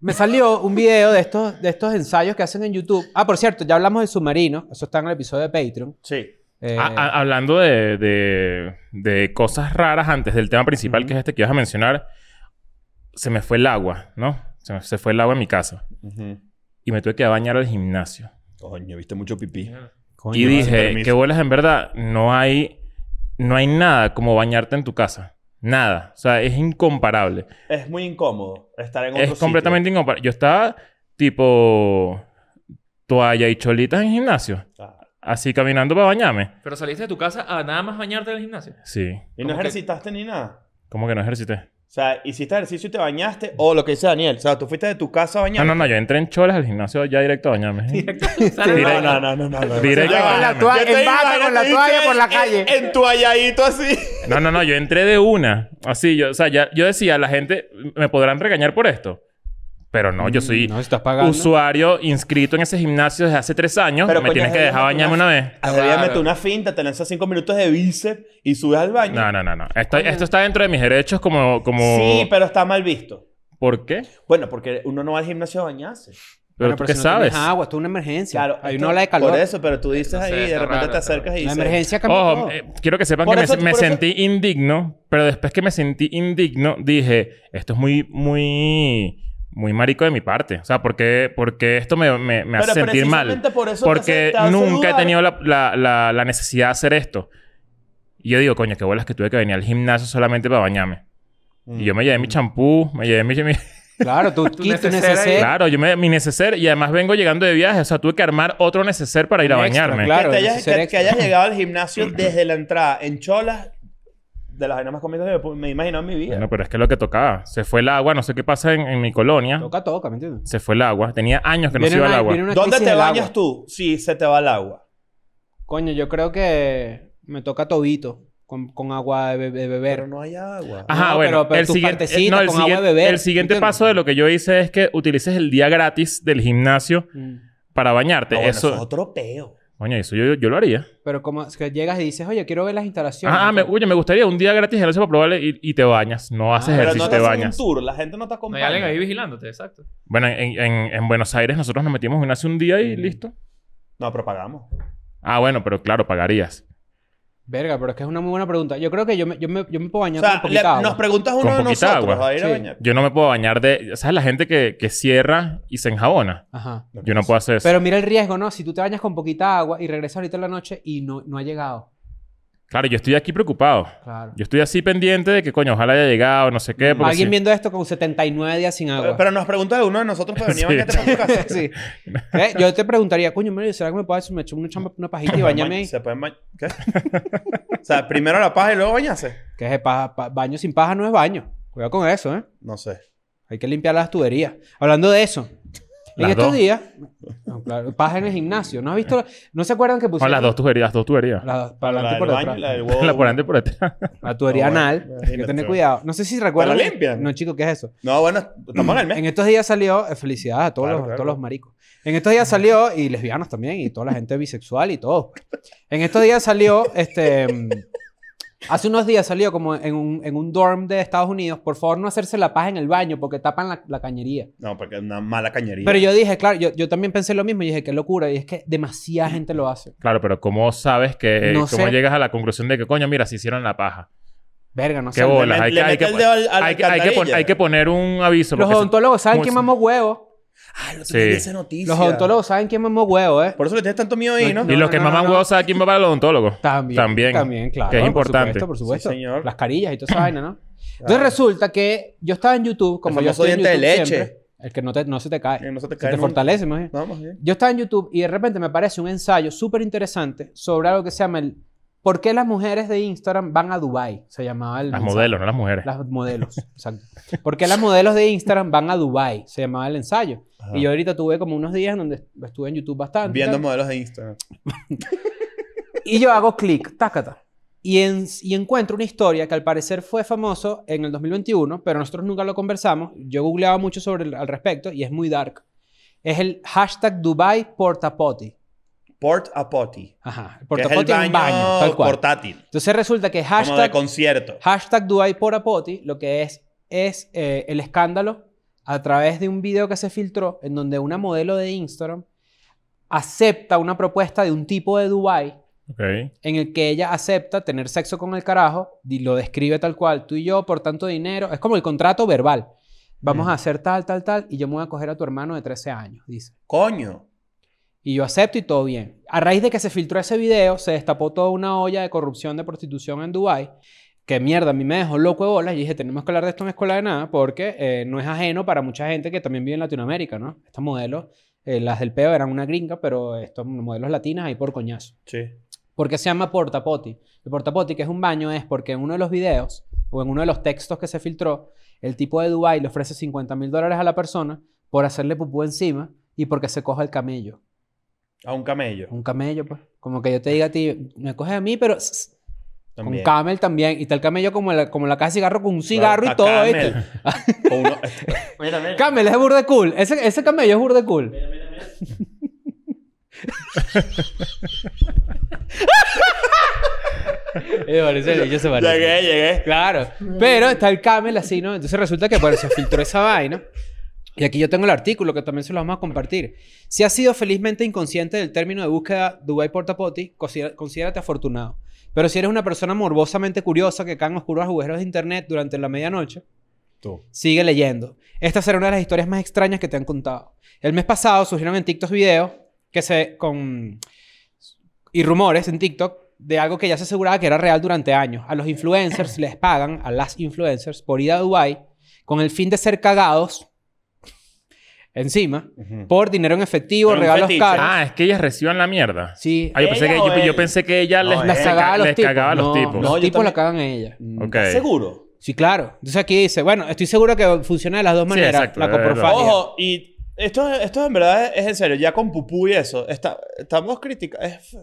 Speaker 1: Me salió un video de estos, de estos ensayos que hacen en YouTube. Ah, por cierto, ya hablamos del submarino. Eso está en el episodio de Patreon.
Speaker 3: Sí.
Speaker 1: Eh,
Speaker 2: A- a- hablando de, de- de cosas raras antes del tema principal,
Speaker 1: Ujú.
Speaker 2: que es este que ibas a mencionar, se me fue el agua, ¿no? Se, me- se fue el agua en mi casa.
Speaker 3: Ujú.
Speaker 2: Y me tuve que ir a bañar al gimnasio.
Speaker 3: Coño, viste mucho pipí.
Speaker 1: coño,
Speaker 2: y
Speaker 1: vale.
Speaker 2: dije,
Speaker 3: permiso.
Speaker 2: que bolas en verdad, no hay, no hay nada como bañarte en tu casa. Nada. O sea, es incomparable.
Speaker 3: Es muy incómodo estar en otro
Speaker 2: Es completamente incomparable. Yo estaba tipo toalla y cholitas en gimnasio.
Speaker 3: sitio. Ah.
Speaker 2: Así caminando para bañarme.
Speaker 4: Pero saliste de tu casa a nada más bañarte del gimnasio.
Speaker 2: Sí.
Speaker 3: Y no
Speaker 4: Como que-
Speaker 3: ejercitaste ni nada.
Speaker 2: ¿Cómo que no ejercité?
Speaker 3: O sea, hiciste ejercicio y te bañaste. O lo que dice Daniel. O sea, tú fuiste de tu casa a
Speaker 2: No,
Speaker 3: bañar.
Speaker 2: no, no. Yo entré en cholas al gimnasio ya directo a bañarme.
Speaker 4: Sale
Speaker 2: Directo.
Speaker 4: ahora.
Speaker 3: no, no, no, no.
Speaker 2: Directo.
Speaker 3: Ya va,
Speaker 2: Con la
Speaker 3: ya
Speaker 1: toalla-
Speaker 3: va. Yo
Speaker 1: en
Speaker 3: te
Speaker 1: bata,
Speaker 3: iba,
Speaker 1: con
Speaker 3: yo
Speaker 1: la
Speaker 3: te
Speaker 1: toalla
Speaker 3: dije
Speaker 1: por la
Speaker 3: en-
Speaker 1: calle.
Speaker 3: En, toalladito así.
Speaker 2: No, no, no. Yo entré de una. Así. Yo, o sea, ya, yo decía, la gente me podrán regañar por esto. Pero no, yo soy
Speaker 1: No, si estás pagando.
Speaker 2: usuario inscrito en ese gimnasio desde hace tres años.
Speaker 3: Pero,
Speaker 2: me
Speaker 3: coño,
Speaker 2: tienes que
Speaker 3: es
Speaker 2: dejar
Speaker 3: una-
Speaker 2: bañarme una vez.
Speaker 3: Deberías
Speaker 4: Claro.
Speaker 3: meter una finta, te lanzas cinco minutos de bíceps y subes al baño.
Speaker 2: No, no, no, no. Esto, esto está dentro de mis derechos como... como...
Speaker 3: Sí, pero está mal visto.
Speaker 2: ¿Por qué?
Speaker 3: Bueno, porque uno no va al gimnasio a bañarse.
Speaker 2: ¿Pero
Speaker 1: Bueno,
Speaker 2: tú
Speaker 1: pero
Speaker 2: qué
Speaker 1: si no
Speaker 2: sabes?
Speaker 1: tienes agua, esto es una emergencia.
Speaker 3: Claro.
Speaker 1: Hay
Speaker 3: esto-
Speaker 1: una ola de calor.
Speaker 3: Por eso, pero tú dices
Speaker 4: No sé,
Speaker 3: ahí, de
Speaker 4: está
Speaker 3: repente
Speaker 4: raro,
Speaker 3: te
Speaker 4: está
Speaker 3: acercas y
Speaker 1: La
Speaker 3: dices...
Speaker 1: emergencia cambió
Speaker 2: Ojo,
Speaker 1: todo.
Speaker 2: eh, quiero que sepan
Speaker 3: Por
Speaker 2: que
Speaker 3: eso-
Speaker 2: me, me
Speaker 3: por eso-
Speaker 2: sentí indigno, pero después que me sentí indigno, dije, esto es muy, muy, muy marico de mi parte. O sea, ¿por qué, por qué esto me, me- me hace
Speaker 3: Pero
Speaker 2: sentir mal?
Speaker 3: precisamente por eso te hace-
Speaker 2: Porque
Speaker 3: te hace
Speaker 2: nunca he
Speaker 3: dudar.
Speaker 2: tenido la, la- la- la necesidad de hacer esto. Y yo digo, coño, qué bolas que tuve que venir al gimnasio solamente para bañarme.
Speaker 3: Mm.
Speaker 2: Y yo me llevé mi
Speaker 1: Mm.
Speaker 2: champú, me llevé mi...
Speaker 1: ¿Eh?
Speaker 2: mi-
Speaker 1: Claro, tú
Speaker 4: Tu
Speaker 1: quitas un
Speaker 4: neceser ahí.
Speaker 1: neceser.
Speaker 2: Claro, yo me, mi neceser y además vengo llegando de viaje. O sea, tuve que armar otro neceser para ir a
Speaker 1: Un extra,
Speaker 2: bañarme.
Speaker 1: claro.
Speaker 3: que, te
Speaker 1: eso
Speaker 3: hayas,
Speaker 1: será
Speaker 3: que-
Speaker 1: extra.
Speaker 3: que hayas llegado al gimnasio desde la entrada en cholas, de las vainas más comidas que me- me he imaginado en mi vida.
Speaker 2: Bueno, pero es que es lo que tocaba. Se fue el agua, no sé qué pasa en, en mi colonia.
Speaker 1: Toca, toca, ¿me entiendes?
Speaker 2: Se fue el agua. Tenía años que no
Speaker 1: Viene
Speaker 2: se iba el
Speaker 1: una-
Speaker 2: agua.
Speaker 1: viene una
Speaker 3: ¿Dónde
Speaker 1: crisis
Speaker 3: te
Speaker 1: del
Speaker 3: bañas
Speaker 1: agua.
Speaker 3: tú si se te va el agua?
Speaker 1: Coño, yo creo que me toca tobito con, con agua de, be- de
Speaker 3: Pero
Speaker 1: beber.
Speaker 3: no hay agua.
Speaker 2: Ajá,
Speaker 1: No,
Speaker 2: bueno.
Speaker 1: pero- pero
Speaker 2: el
Speaker 1: tus
Speaker 2: siguiente,
Speaker 1: partecitas
Speaker 2: eh, no, el
Speaker 1: con agua de
Speaker 2: siguiente-
Speaker 1: beber,
Speaker 2: el siguiente
Speaker 1: ¿entiendes?
Speaker 2: paso de lo que yo hice es que utilices el día gratis del gimnasio
Speaker 1: Mm.
Speaker 2: para bañarte.
Speaker 3: No, bueno,
Speaker 2: eso,
Speaker 3: eso es otro peo.
Speaker 2: coño, eso yo, yo lo haría.
Speaker 1: Pero como es que llegas y dices, oye, quiero ver las instalaciones.
Speaker 2: Ah, ah, me, oye, me gustaría un día gratis de gimnasio para probarle y, y te bañas. No haces
Speaker 3: Pero
Speaker 2: ejercicio,
Speaker 3: no te
Speaker 2: te
Speaker 3: hacen
Speaker 2: bañas.
Speaker 3: un tour, la gente no te
Speaker 4: No hay
Speaker 3: acompaña.
Speaker 4: alguien ahí vigilándote, exacto.
Speaker 2: Bueno, en, en- en Buenos Aires nosotros nos metimos en un gimnasio un día y listo.
Speaker 3: No, pero pagamos.
Speaker 2: Ah, bueno, pero claro, pagarías.
Speaker 1: Verga, pero es que es una muy buena pregunta. Yo creo que yo me, yo me, yo me puedo
Speaker 3: O
Speaker 1: bañar
Speaker 3: sea,
Speaker 1: con
Speaker 3: le-
Speaker 1: poquita agua.
Speaker 3: nos preguntas uno
Speaker 2: Con
Speaker 3: de
Speaker 2: poquita
Speaker 3: nosotros
Speaker 2: agua.
Speaker 3: a ir a
Speaker 1: Sí.
Speaker 3: bañar.
Speaker 2: Yo no me puedo bañar de... ¿Sabes la gente que, que cierra y se enjabona?
Speaker 1: Ajá.
Speaker 2: Yo no puedo hacer eso.
Speaker 1: Pero mira el riesgo, ¿no? Si tú te bañas con poquita agua y regresas ahorita en la noche y no, no ha llegado.
Speaker 2: Claro, yo estoy aquí preocupado.
Speaker 1: Claro.
Speaker 2: Yo estoy así pendiente de que, coño, ojalá haya llegado, no sé qué. Porque
Speaker 1: Mm, Alguien
Speaker 2: sí.
Speaker 1: viendo esto con 79 días sin agua.
Speaker 3: Pero- Pero nos preguntas uno de nosotros pues, para venir a
Speaker 2: Sí.
Speaker 3: bañarte para tu casa.
Speaker 1: sí. Eh, Yo te preguntaría, coño, Mario, ¿será que me puedo hacer me echo una, chamba- una pajita y bañarme ahí?
Speaker 3: ¿Se pueden bañar? ¿Qué? o sea, primero la paja y luego bañarse.
Speaker 1: Que es de paja- pa- baño sin paja no es baño. Cuidado con eso, ¿eh?
Speaker 3: No sé.
Speaker 1: Hay que limpiar las tuberías. Hablando de eso, en
Speaker 2: Las
Speaker 1: estos
Speaker 2: dos.
Speaker 1: días, no, claro, paja en el gimnasio. ¿No has visto? ¿No se acuerdan que
Speaker 2: No,
Speaker 1: pusieron
Speaker 2: las dos tuberías, las dos tuberías. La,
Speaker 1: Las dos, para
Speaker 3: La
Speaker 1: adelante y
Speaker 3: del
Speaker 1: por
Speaker 3: baño
Speaker 1: detrás.
Speaker 3: y la
Speaker 1: La,
Speaker 3: del huevo.
Speaker 2: por delante y por detrás.
Speaker 1: tubería
Speaker 3: No, bueno,
Speaker 1: anal. Hay que
Speaker 3: imagínate,
Speaker 1: tener
Speaker 3: bueno.
Speaker 1: cuidado. No sé si recuerdan.
Speaker 3: la limpian?
Speaker 1: No, chico, ¿qué es eso?
Speaker 3: No, bueno, estamos en el mes.
Speaker 1: En estos días salió, eh, felicidades a todos,
Speaker 3: Claro,
Speaker 1: los, a
Speaker 3: claro.
Speaker 1: todos los maricos. En estos días salió, y lesbianos también, y toda la gente bisexual y todo. En estos días salió, este. mm, Hace unos días salió como en un, en un dorm de Estados Unidos, por favor no hacerse la paja en el baño porque tapan la, la cañería.
Speaker 3: No, porque es una mala cañería.
Speaker 1: Pero yo dije, claro, yo, yo también pensé lo mismo y dije, qué locura, y es que demasiada gente lo hace.
Speaker 2: Claro, pero ¿cómo sabes que... eh,
Speaker 1: No
Speaker 2: ¿Cómo
Speaker 1: sé.
Speaker 2: llegas a la conclusión de que, coño, mira, se hicieron la paja?
Speaker 1: Verga, no
Speaker 2: Qué
Speaker 1: sé.
Speaker 2: bola.
Speaker 3: le,
Speaker 2: hay
Speaker 3: le
Speaker 2: que- hay
Speaker 3: mete
Speaker 2: que-
Speaker 3: el dedo al, a la
Speaker 2: Hay que, hay, que pon-
Speaker 3: alcantarilla.
Speaker 2: hay que poner un aviso.
Speaker 1: Los
Speaker 2: porque se-
Speaker 1: odontólogos saben
Speaker 2: muy-
Speaker 1: quién mamó huevo.
Speaker 3: Ah, lo
Speaker 2: Sí.
Speaker 3: tenía esa noticia.
Speaker 1: Los odontólogos saben quién mamó huevo, ¿eh?
Speaker 3: Por eso le tienes tanto miedo ahí, ¿no?
Speaker 2: y
Speaker 1: No,
Speaker 2: los
Speaker 1: no,
Speaker 2: que
Speaker 1: no,
Speaker 2: maman
Speaker 1: no, no.
Speaker 2: huevos saben quién va al odontólogo.
Speaker 1: También.
Speaker 2: También.
Speaker 1: claro.
Speaker 2: Que es
Speaker 1: por
Speaker 2: importante.
Speaker 1: supuesto, por supuesto.
Speaker 3: Sí, señor.
Speaker 1: Las carillas y toda esa vaina, ¿no?
Speaker 3: Ah,
Speaker 1: Entonces resulta que yo estaba en YouTube, como
Speaker 3: El
Speaker 1: yo
Speaker 3: famoso
Speaker 1: estoy en
Speaker 3: diente de
Speaker 1: YouTube
Speaker 3: leche.
Speaker 1: siempre, el que no, te- no se te cae.
Speaker 3: Que no se te
Speaker 1: se
Speaker 3: cae
Speaker 1: te
Speaker 3: nunca.
Speaker 1: fortalece, más bien.
Speaker 3: Vamos, ¿eh?
Speaker 1: Yo estaba en YouTube y de repente me aparece un ensayo súper interesante sobre algo que se llama el ¿Por qué las mujeres de Instagram van a Dubai? Se llamaba el
Speaker 2: Las
Speaker 1: ensayo.
Speaker 2: modelos, no las mujeres.
Speaker 1: Las modelos, exacto. ¿Por qué las modelos de Instagram van a Dubai? Se llamaba el ensayo.
Speaker 3: Ajá.
Speaker 1: Y yo ahorita tuve como unos días en donde estuve en YouTube bastante.
Speaker 3: Viendo
Speaker 1: tal.
Speaker 3: modelos de Instagram.
Speaker 1: Y yo hago clic, tácata. Y, en- y encuentro una historia que al parecer fue famoso en el 2021, pero nosotros nunca lo conversamos. Yo googleaba mucho sobre el- al respecto y es muy dark. Es el hashtag Dubai Portapoti.
Speaker 3: Port a potty.
Speaker 1: Ajá. el
Speaker 3: Que es
Speaker 1: Portapoti
Speaker 3: el
Speaker 1: es un baño, tal cual.
Speaker 3: portátil.
Speaker 1: Entonces resulta que
Speaker 3: Como de
Speaker 1: hashtag,
Speaker 3: concierto.
Speaker 1: hashtag Dubai Portapoti lo que es es eh, el escándalo a través de un video que se filtró en donde una modelo de Instagram acepta una propuesta de un tipo de Dubai
Speaker 2: Ok.
Speaker 1: en el que ella acepta tener sexo con el carajo y lo describe tal cual, tú y yo por tanto dinero, es como el contrato verbal. Vamos a hacer tal, tal, tal, y yo me voy a coger a tu hermano de 13 años, dice.
Speaker 3: Coño.
Speaker 1: Y yo acepto y todo bien. A raíz de que se filtró ese video, se destapó toda una olla de corrupción de prostitución en Dubái. Que mierda, a mí me dejó loco de bolas. Y dije, tenemos que hablar de esto en Escuela de Nada porque eh, no es ajeno para mucha gente que también vive en Latinoamérica, ¿no? Estos modelos, eh, las del peo eran una gringa, pero estos modelos latinas ahí por coñazo.
Speaker 3: Sí.
Speaker 1: Porque se llama portapoti. El portapoti, que es un baño, es porque en uno de los videos o en uno de los textos que se filtró, el tipo de Dubai le ofrece 50 mil dólares a la persona por hacerle pupú encima y porque se coja el camello.
Speaker 3: A un camello.
Speaker 1: Un camello, pues. Como que yo te diga a ti, me coges a mí, pero s- s-
Speaker 3: También.
Speaker 1: Con camel también. Y está el camello como la, como la caja de cigarro con un cigarro y
Speaker 3: Está
Speaker 1: todo
Speaker 3: Camel.
Speaker 1: esto.
Speaker 3: Con uno-
Speaker 4: Mira, mira.
Speaker 1: Camel es burde cool. Ese, ese camello es burde cool. Eh, parece, el bicho se parece.
Speaker 3: llegué, llegué.
Speaker 1: Claro. Pero está el camel así, ¿no? Entonces resulta que bueno, se filtró esa vaina. Y aquí yo tengo el artículo que también se lo vamos a compartir. Si has sido felizmente inconsciente del término de búsqueda Dubai Porta Potty, considera- considérate afortunado. Pero si eres una persona morbosamente curiosa que cae en oscuros agujeros de internet durante la medianoche,
Speaker 3: Tú.
Speaker 1: Sigue leyendo. Esta será una de las historias más extrañas que te han contado. El mes pasado surgieron en TikTok videos que se con y rumores en TikTok de algo que ya se aseguraba que era real durante años. A los influencers les pagan a las influencers por ir a Dubai con el fin de ser cagados encima por dinero en efectivo,
Speaker 3: Era un
Speaker 1: regalos
Speaker 3: fetiche.
Speaker 1: caros.
Speaker 2: Ah, es que ellas reciban la mierda.
Speaker 1: Sí.
Speaker 2: Ah, yo pensé, que,
Speaker 3: ¿Ella o
Speaker 2: yo, yo
Speaker 3: él?
Speaker 2: pensé que ella
Speaker 3: No,
Speaker 2: les,
Speaker 1: Las
Speaker 2: les
Speaker 1: cagaba a
Speaker 2: caga-
Speaker 1: los
Speaker 2: eh, les
Speaker 1: tipos.
Speaker 2: cagaba a los
Speaker 1: No,
Speaker 2: tipos.
Speaker 1: Los
Speaker 3: No, yo
Speaker 1: tipos la
Speaker 3: también-
Speaker 1: cagan a ella.
Speaker 2: Ok.
Speaker 3: ¿Estás seguro?
Speaker 1: Sí, claro. Entonces aquí dice, bueno, estoy seguro que funciona de las dos
Speaker 2: Sí,
Speaker 1: maneras.
Speaker 2: exacto,
Speaker 1: la
Speaker 2: es verdad.
Speaker 1: coprofagia.
Speaker 3: Ojo, y esto, esto en verdad es en serio. Ya con Pupú y eso. Está, estamos criticando. Es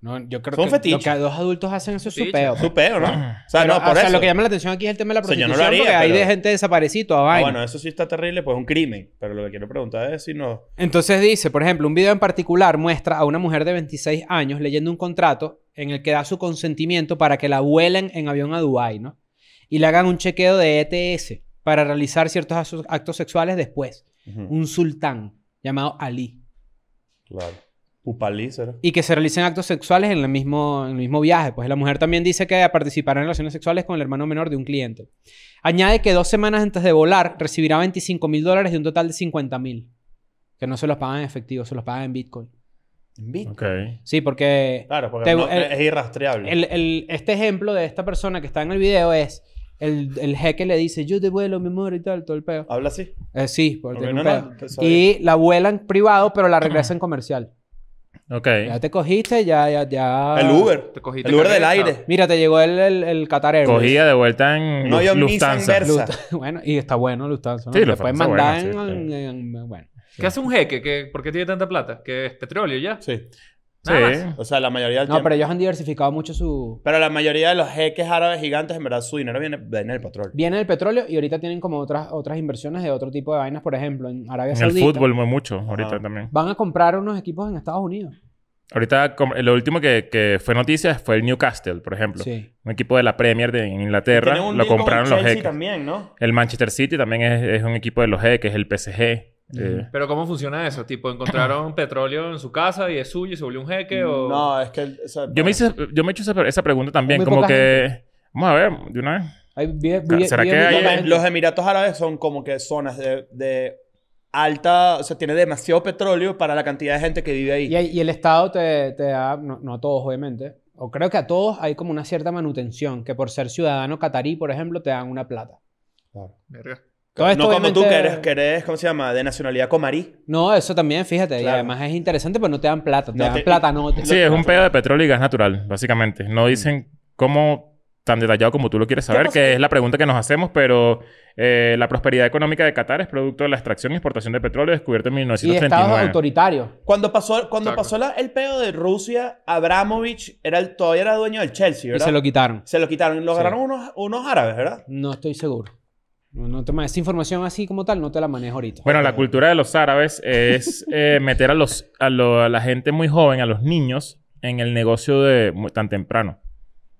Speaker 1: No, yo creo
Speaker 3: Son
Speaker 1: que
Speaker 3: fetiches.
Speaker 1: lo que a dos adultos hacen eso es su
Speaker 4: Fetiche.
Speaker 1: peo.
Speaker 3: su peo, ¿no? O sea,
Speaker 1: Pero,
Speaker 3: no, por
Speaker 1: o sea,
Speaker 3: eso.
Speaker 1: lo que llama la atención aquí es el tema de la
Speaker 3: O sea, yo
Speaker 1: prostitución,
Speaker 3: no lo haría,
Speaker 1: porque hay
Speaker 3: pero-
Speaker 1: de gente desaparecida toda
Speaker 3: Ah,
Speaker 1: vaina.
Speaker 3: bueno, eso sí está terrible, pues es un crimen. Pero lo que quiero preguntar es si no.
Speaker 1: Entonces dice, por ejemplo, un video en particular muestra a una mujer de 26 años leyendo un contrato en el que da su consentimiento para que la vuelen en avión a Dubái, ¿no? Y le hagan un chequeo de ETS para realizar ciertos asu- actos sexuales después. Un sultán llamado Ali.
Speaker 3: Claro. Pupalí, ¿será?
Speaker 1: y que se realicen actos sexuales en el mismo, en el mismo viaje. Pues la mujer también dice que participará en relaciones sexuales con el hermano menor de un cliente. Añade que dos semanas antes de volar recibirá 25 mil dólares de un total de 50 mil. Que no se los pagan en efectivo, se los pagan en Bitcoin.
Speaker 2: Ok.
Speaker 1: Sí, porque
Speaker 3: Claro, porque
Speaker 1: Te-
Speaker 3: no-
Speaker 1: el-
Speaker 3: es irrastreable.
Speaker 1: el- el- este ejemplo de esta persona que está en el video es el, el jeque le dice, yo te vuelo, mi amor, y tal, todo el peo.
Speaker 3: Habla así.
Speaker 1: Eh, sí, porque
Speaker 3: Ok,
Speaker 1: tiene un
Speaker 3: no,
Speaker 1: peo.
Speaker 3: no, pues,
Speaker 1: y la vuelan privado, pero la regresan comercial.
Speaker 2: Ok.
Speaker 1: Ya te cogiste, ya, ya, ya...
Speaker 3: El Uber.
Speaker 4: Te cogiste
Speaker 3: El Uber del
Speaker 4: cabeza.
Speaker 3: aire.
Speaker 1: Mira, te llegó el, el, el Qatar Airways.
Speaker 2: Cogida de vuelta en
Speaker 3: No,
Speaker 2: Luf-
Speaker 3: yo un Nissan
Speaker 2: Lufthansa.
Speaker 3: Versa.
Speaker 1: Luft- bueno, y está bueno Lufthansa, ¿no?
Speaker 2: Sí,
Speaker 1: Te
Speaker 2: Lufthansa,
Speaker 1: pueden mandar
Speaker 2: bueno, sí,
Speaker 1: en, en- en- bueno.
Speaker 4: ¿Qué hace un jeque? ¿Qué, ¿Por qué tiene tanta plata? ¿Que es petróleo ya?
Speaker 3: Sí.
Speaker 4: Nada
Speaker 2: Sí.
Speaker 4: más.
Speaker 3: O sea, la mayoría del
Speaker 1: No, pero
Speaker 3: tiempo. Pero...
Speaker 1: ellos han diversificado mucho su...
Speaker 3: la mayoría de los jeques árabes gigantes, en verdad, su dinero viene, viene del petróleo.
Speaker 1: Viene el petróleo y ahorita tienen como otras, otras inversiones de otro tipo de vainas. Por ejemplo, en Arabia
Speaker 2: En el
Speaker 1: Saudita
Speaker 2: fútbol muy mucho ahorita
Speaker 3: Ajá.
Speaker 2: también.
Speaker 1: van a comprar unos equipos en Estados Unidos.
Speaker 2: Ahorita com- lo último que, que fue noticia fue el Newcastle, por ejemplo.
Speaker 1: Sí.
Speaker 2: Un equipo de la Premier de en Inglaterra.
Speaker 3: Tienen un
Speaker 2: Lo
Speaker 3: deal con
Speaker 2: compraron
Speaker 3: el
Speaker 2: los
Speaker 3: Chelsea
Speaker 2: jeques.
Speaker 3: también, ¿no?
Speaker 2: El Manchester City también es, es un equipo de los jeques. El PSG. eh,
Speaker 4: Pero ¿cómo funciona eso? Tipo, encontraron petróleo en su casa y es suyo y se volvió un jeque o...
Speaker 3: No, es que. el- o sea,
Speaker 2: Yo me hice, yo me he hecho esa, esa pregunta también.
Speaker 1: Muy
Speaker 2: Como
Speaker 1: poca
Speaker 2: que... Vamos a ver, de una vez.
Speaker 1: Ahí vive- vive-
Speaker 2: ¿Será
Speaker 1: vive
Speaker 2: que
Speaker 1: mucha
Speaker 2: hay-
Speaker 1: gente.
Speaker 3: Los, los Emiratos Árabes son como que zonas de, de alta, o sea, tiene demasiado petróleo para la cantidad de gente que vive ahí.
Speaker 1: Y, hay- y el Estado te, te da, no, no a todos obviamente, o creo que a todos hay como una cierta manutención, que por ser ciudadano catarí, por ejemplo, te dan una plata.
Speaker 4: Verga.
Speaker 1: Todo esto
Speaker 3: no como tú que
Speaker 1: obviamente-
Speaker 3: eres, que eres, ¿cómo se llama? De nacionalidad comarí.
Speaker 1: No, eso también, fíjate. Y
Speaker 3: Claro.
Speaker 1: además es interesante, pues no te dan plata, te
Speaker 3: No
Speaker 1: dan
Speaker 3: te-
Speaker 1: plata, no te...
Speaker 2: Sí, es un pedo de petróleo y gas natural, básicamente.
Speaker 1: Mm.
Speaker 2: No dicen cómo tan detallado como tú lo quieres saber,
Speaker 3: pasa?
Speaker 2: que es la pregunta que nos hacemos, pero eh, la prosperidad económica de Qatar es producto de la extracción y exportación de petróleo descubierto en
Speaker 1: Y de estados
Speaker 2: 1939.
Speaker 1: autoritarios.
Speaker 3: Cuando pasó, cuando
Speaker 4: Exacto.
Speaker 3: pasó la- el peo de Rusia, Abramovich era el, todavía era dueño del Chelsea,
Speaker 1: Y
Speaker 3: ¿verdad?
Speaker 1: se lo quitaron.
Speaker 3: Se lo quitaron. Lo
Speaker 1: Sí.
Speaker 3: agarraron unos, unos árabes, ¿verdad?
Speaker 1: No estoy seguro. No, no te ma- esa información así como tal no te la manejo ahorita.
Speaker 2: Bueno, la cultura de los árabes es eh, meter a, los, a, lo- a la gente muy joven, a los niños, en el negocio de muy- tan temprano.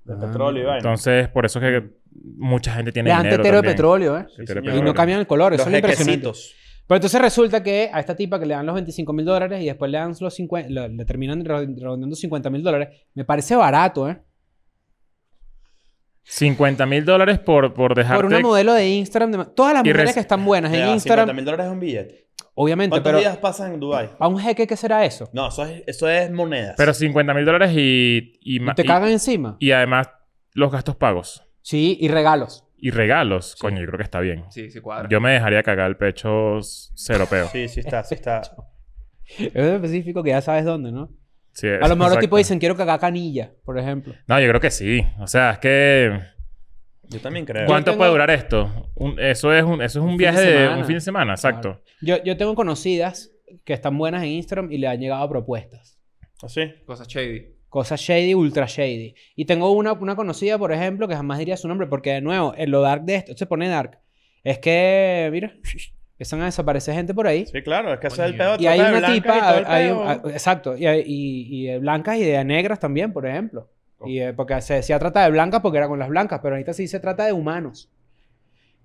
Speaker 3: De
Speaker 1: Ah.
Speaker 3: petróleo y vaina.
Speaker 2: Entonces, por eso es que mucha gente tiene
Speaker 1: Le dan
Speaker 2: dinero
Speaker 1: tetero de
Speaker 2: también.
Speaker 1: petróleo, ¿eh?
Speaker 2: Tetero de
Speaker 1: Y
Speaker 3: señor.
Speaker 1: no
Speaker 2: petróleo.
Speaker 1: cambian el color, eso
Speaker 3: los
Speaker 1: es lo impresionante.
Speaker 3: jequecitos.
Speaker 1: Pero entonces resulta que a esta tipa que le dan los 25 mil dólares y después le dan los 50, le, le terminan ro- redondeando 50 mil dólares, me parece barato, ¿eh?
Speaker 2: 50 mil dólares por, por dejarte...
Speaker 1: Por una modelo de Instagram. de ma- todas las
Speaker 2: Y
Speaker 1: mujeres
Speaker 2: res-
Speaker 1: que están buenas en Instagram,
Speaker 3: mil dólares es un billete.
Speaker 1: obviamente,
Speaker 3: ¿Cuántos
Speaker 1: pero
Speaker 3: días pasan en Dubái?
Speaker 1: ¿a un jeque qué será eso?
Speaker 3: No, eso es, eso es monedas.
Speaker 2: Pero 50 mil dólares y... y
Speaker 1: ¿Y
Speaker 2: ma-
Speaker 1: ¿Te
Speaker 2: y-
Speaker 1: cagan encima?
Speaker 2: Y además, los gastos pagos
Speaker 1: Sí, y regalos.
Speaker 2: y regalos. Coño, yo creo que está bien.
Speaker 4: Sí, sí cuadra.
Speaker 2: Yo me dejaría cagar el pecho cero peo.
Speaker 3: Sí, sí está, sí está.
Speaker 1: Es específico que ya sabes dónde, ¿no?
Speaker 2: Sí,
Speaker 1: A lo mejor los
Speaker 2: exacto.
Speaker 1: tipos dicen, quiero cagar canilla, por ejemplo.
Speaker 2: No, yo creo que sí. O sea, es que...
Speaker 3: Yo también creo.
Speaker 2: ¿Cuánto
Speaker 1: tengo-
Speaker 2: puede durar esto? Un- eso es un, eso es un,
Speaker 1: fin
Speaker 2: viaje
Speaker 1: de
Speaker 2: de,
Speaker 1: semana.
Speaker 2: un fin de semana, exacto.
Speaker 1: Yo, yo tengo conocidas que están buenas en Instagram y le han llegado propuestas.
Speaker 3: ¿Así?
Speaker 4: Cosas shady.
Speaker 1: Cosas shady, ultra shady. Y tengo una, una conocida, por ejemplo, que jamás diría su nombre, porque de nuevo, en lo dark de esto se pone dark. Es que, mira, empiezan a desaparecer gente por ahí.
Speaker 3: Sí, claro, es que ese es el
Speaker 4: Coño.
Speaker 3: pedo.
Speaker 1: Y hay
Speaker 3: trata de
Speaker 1: una
Speaker 3: blancas
Speaker 1: tipa,
Speaker 3: y todo el
Speaker 1: hay
Speaker 3: pedo.
Speaker 1: un- a- exacto, y, hay- y- y de blancas y de negras también, por ejemplo.
Speaker 3: Oh.
Speaker 1: Y, eh, porque se decía trata de blancas porque era con las blancas, pero ahorita sí se trata de humanos.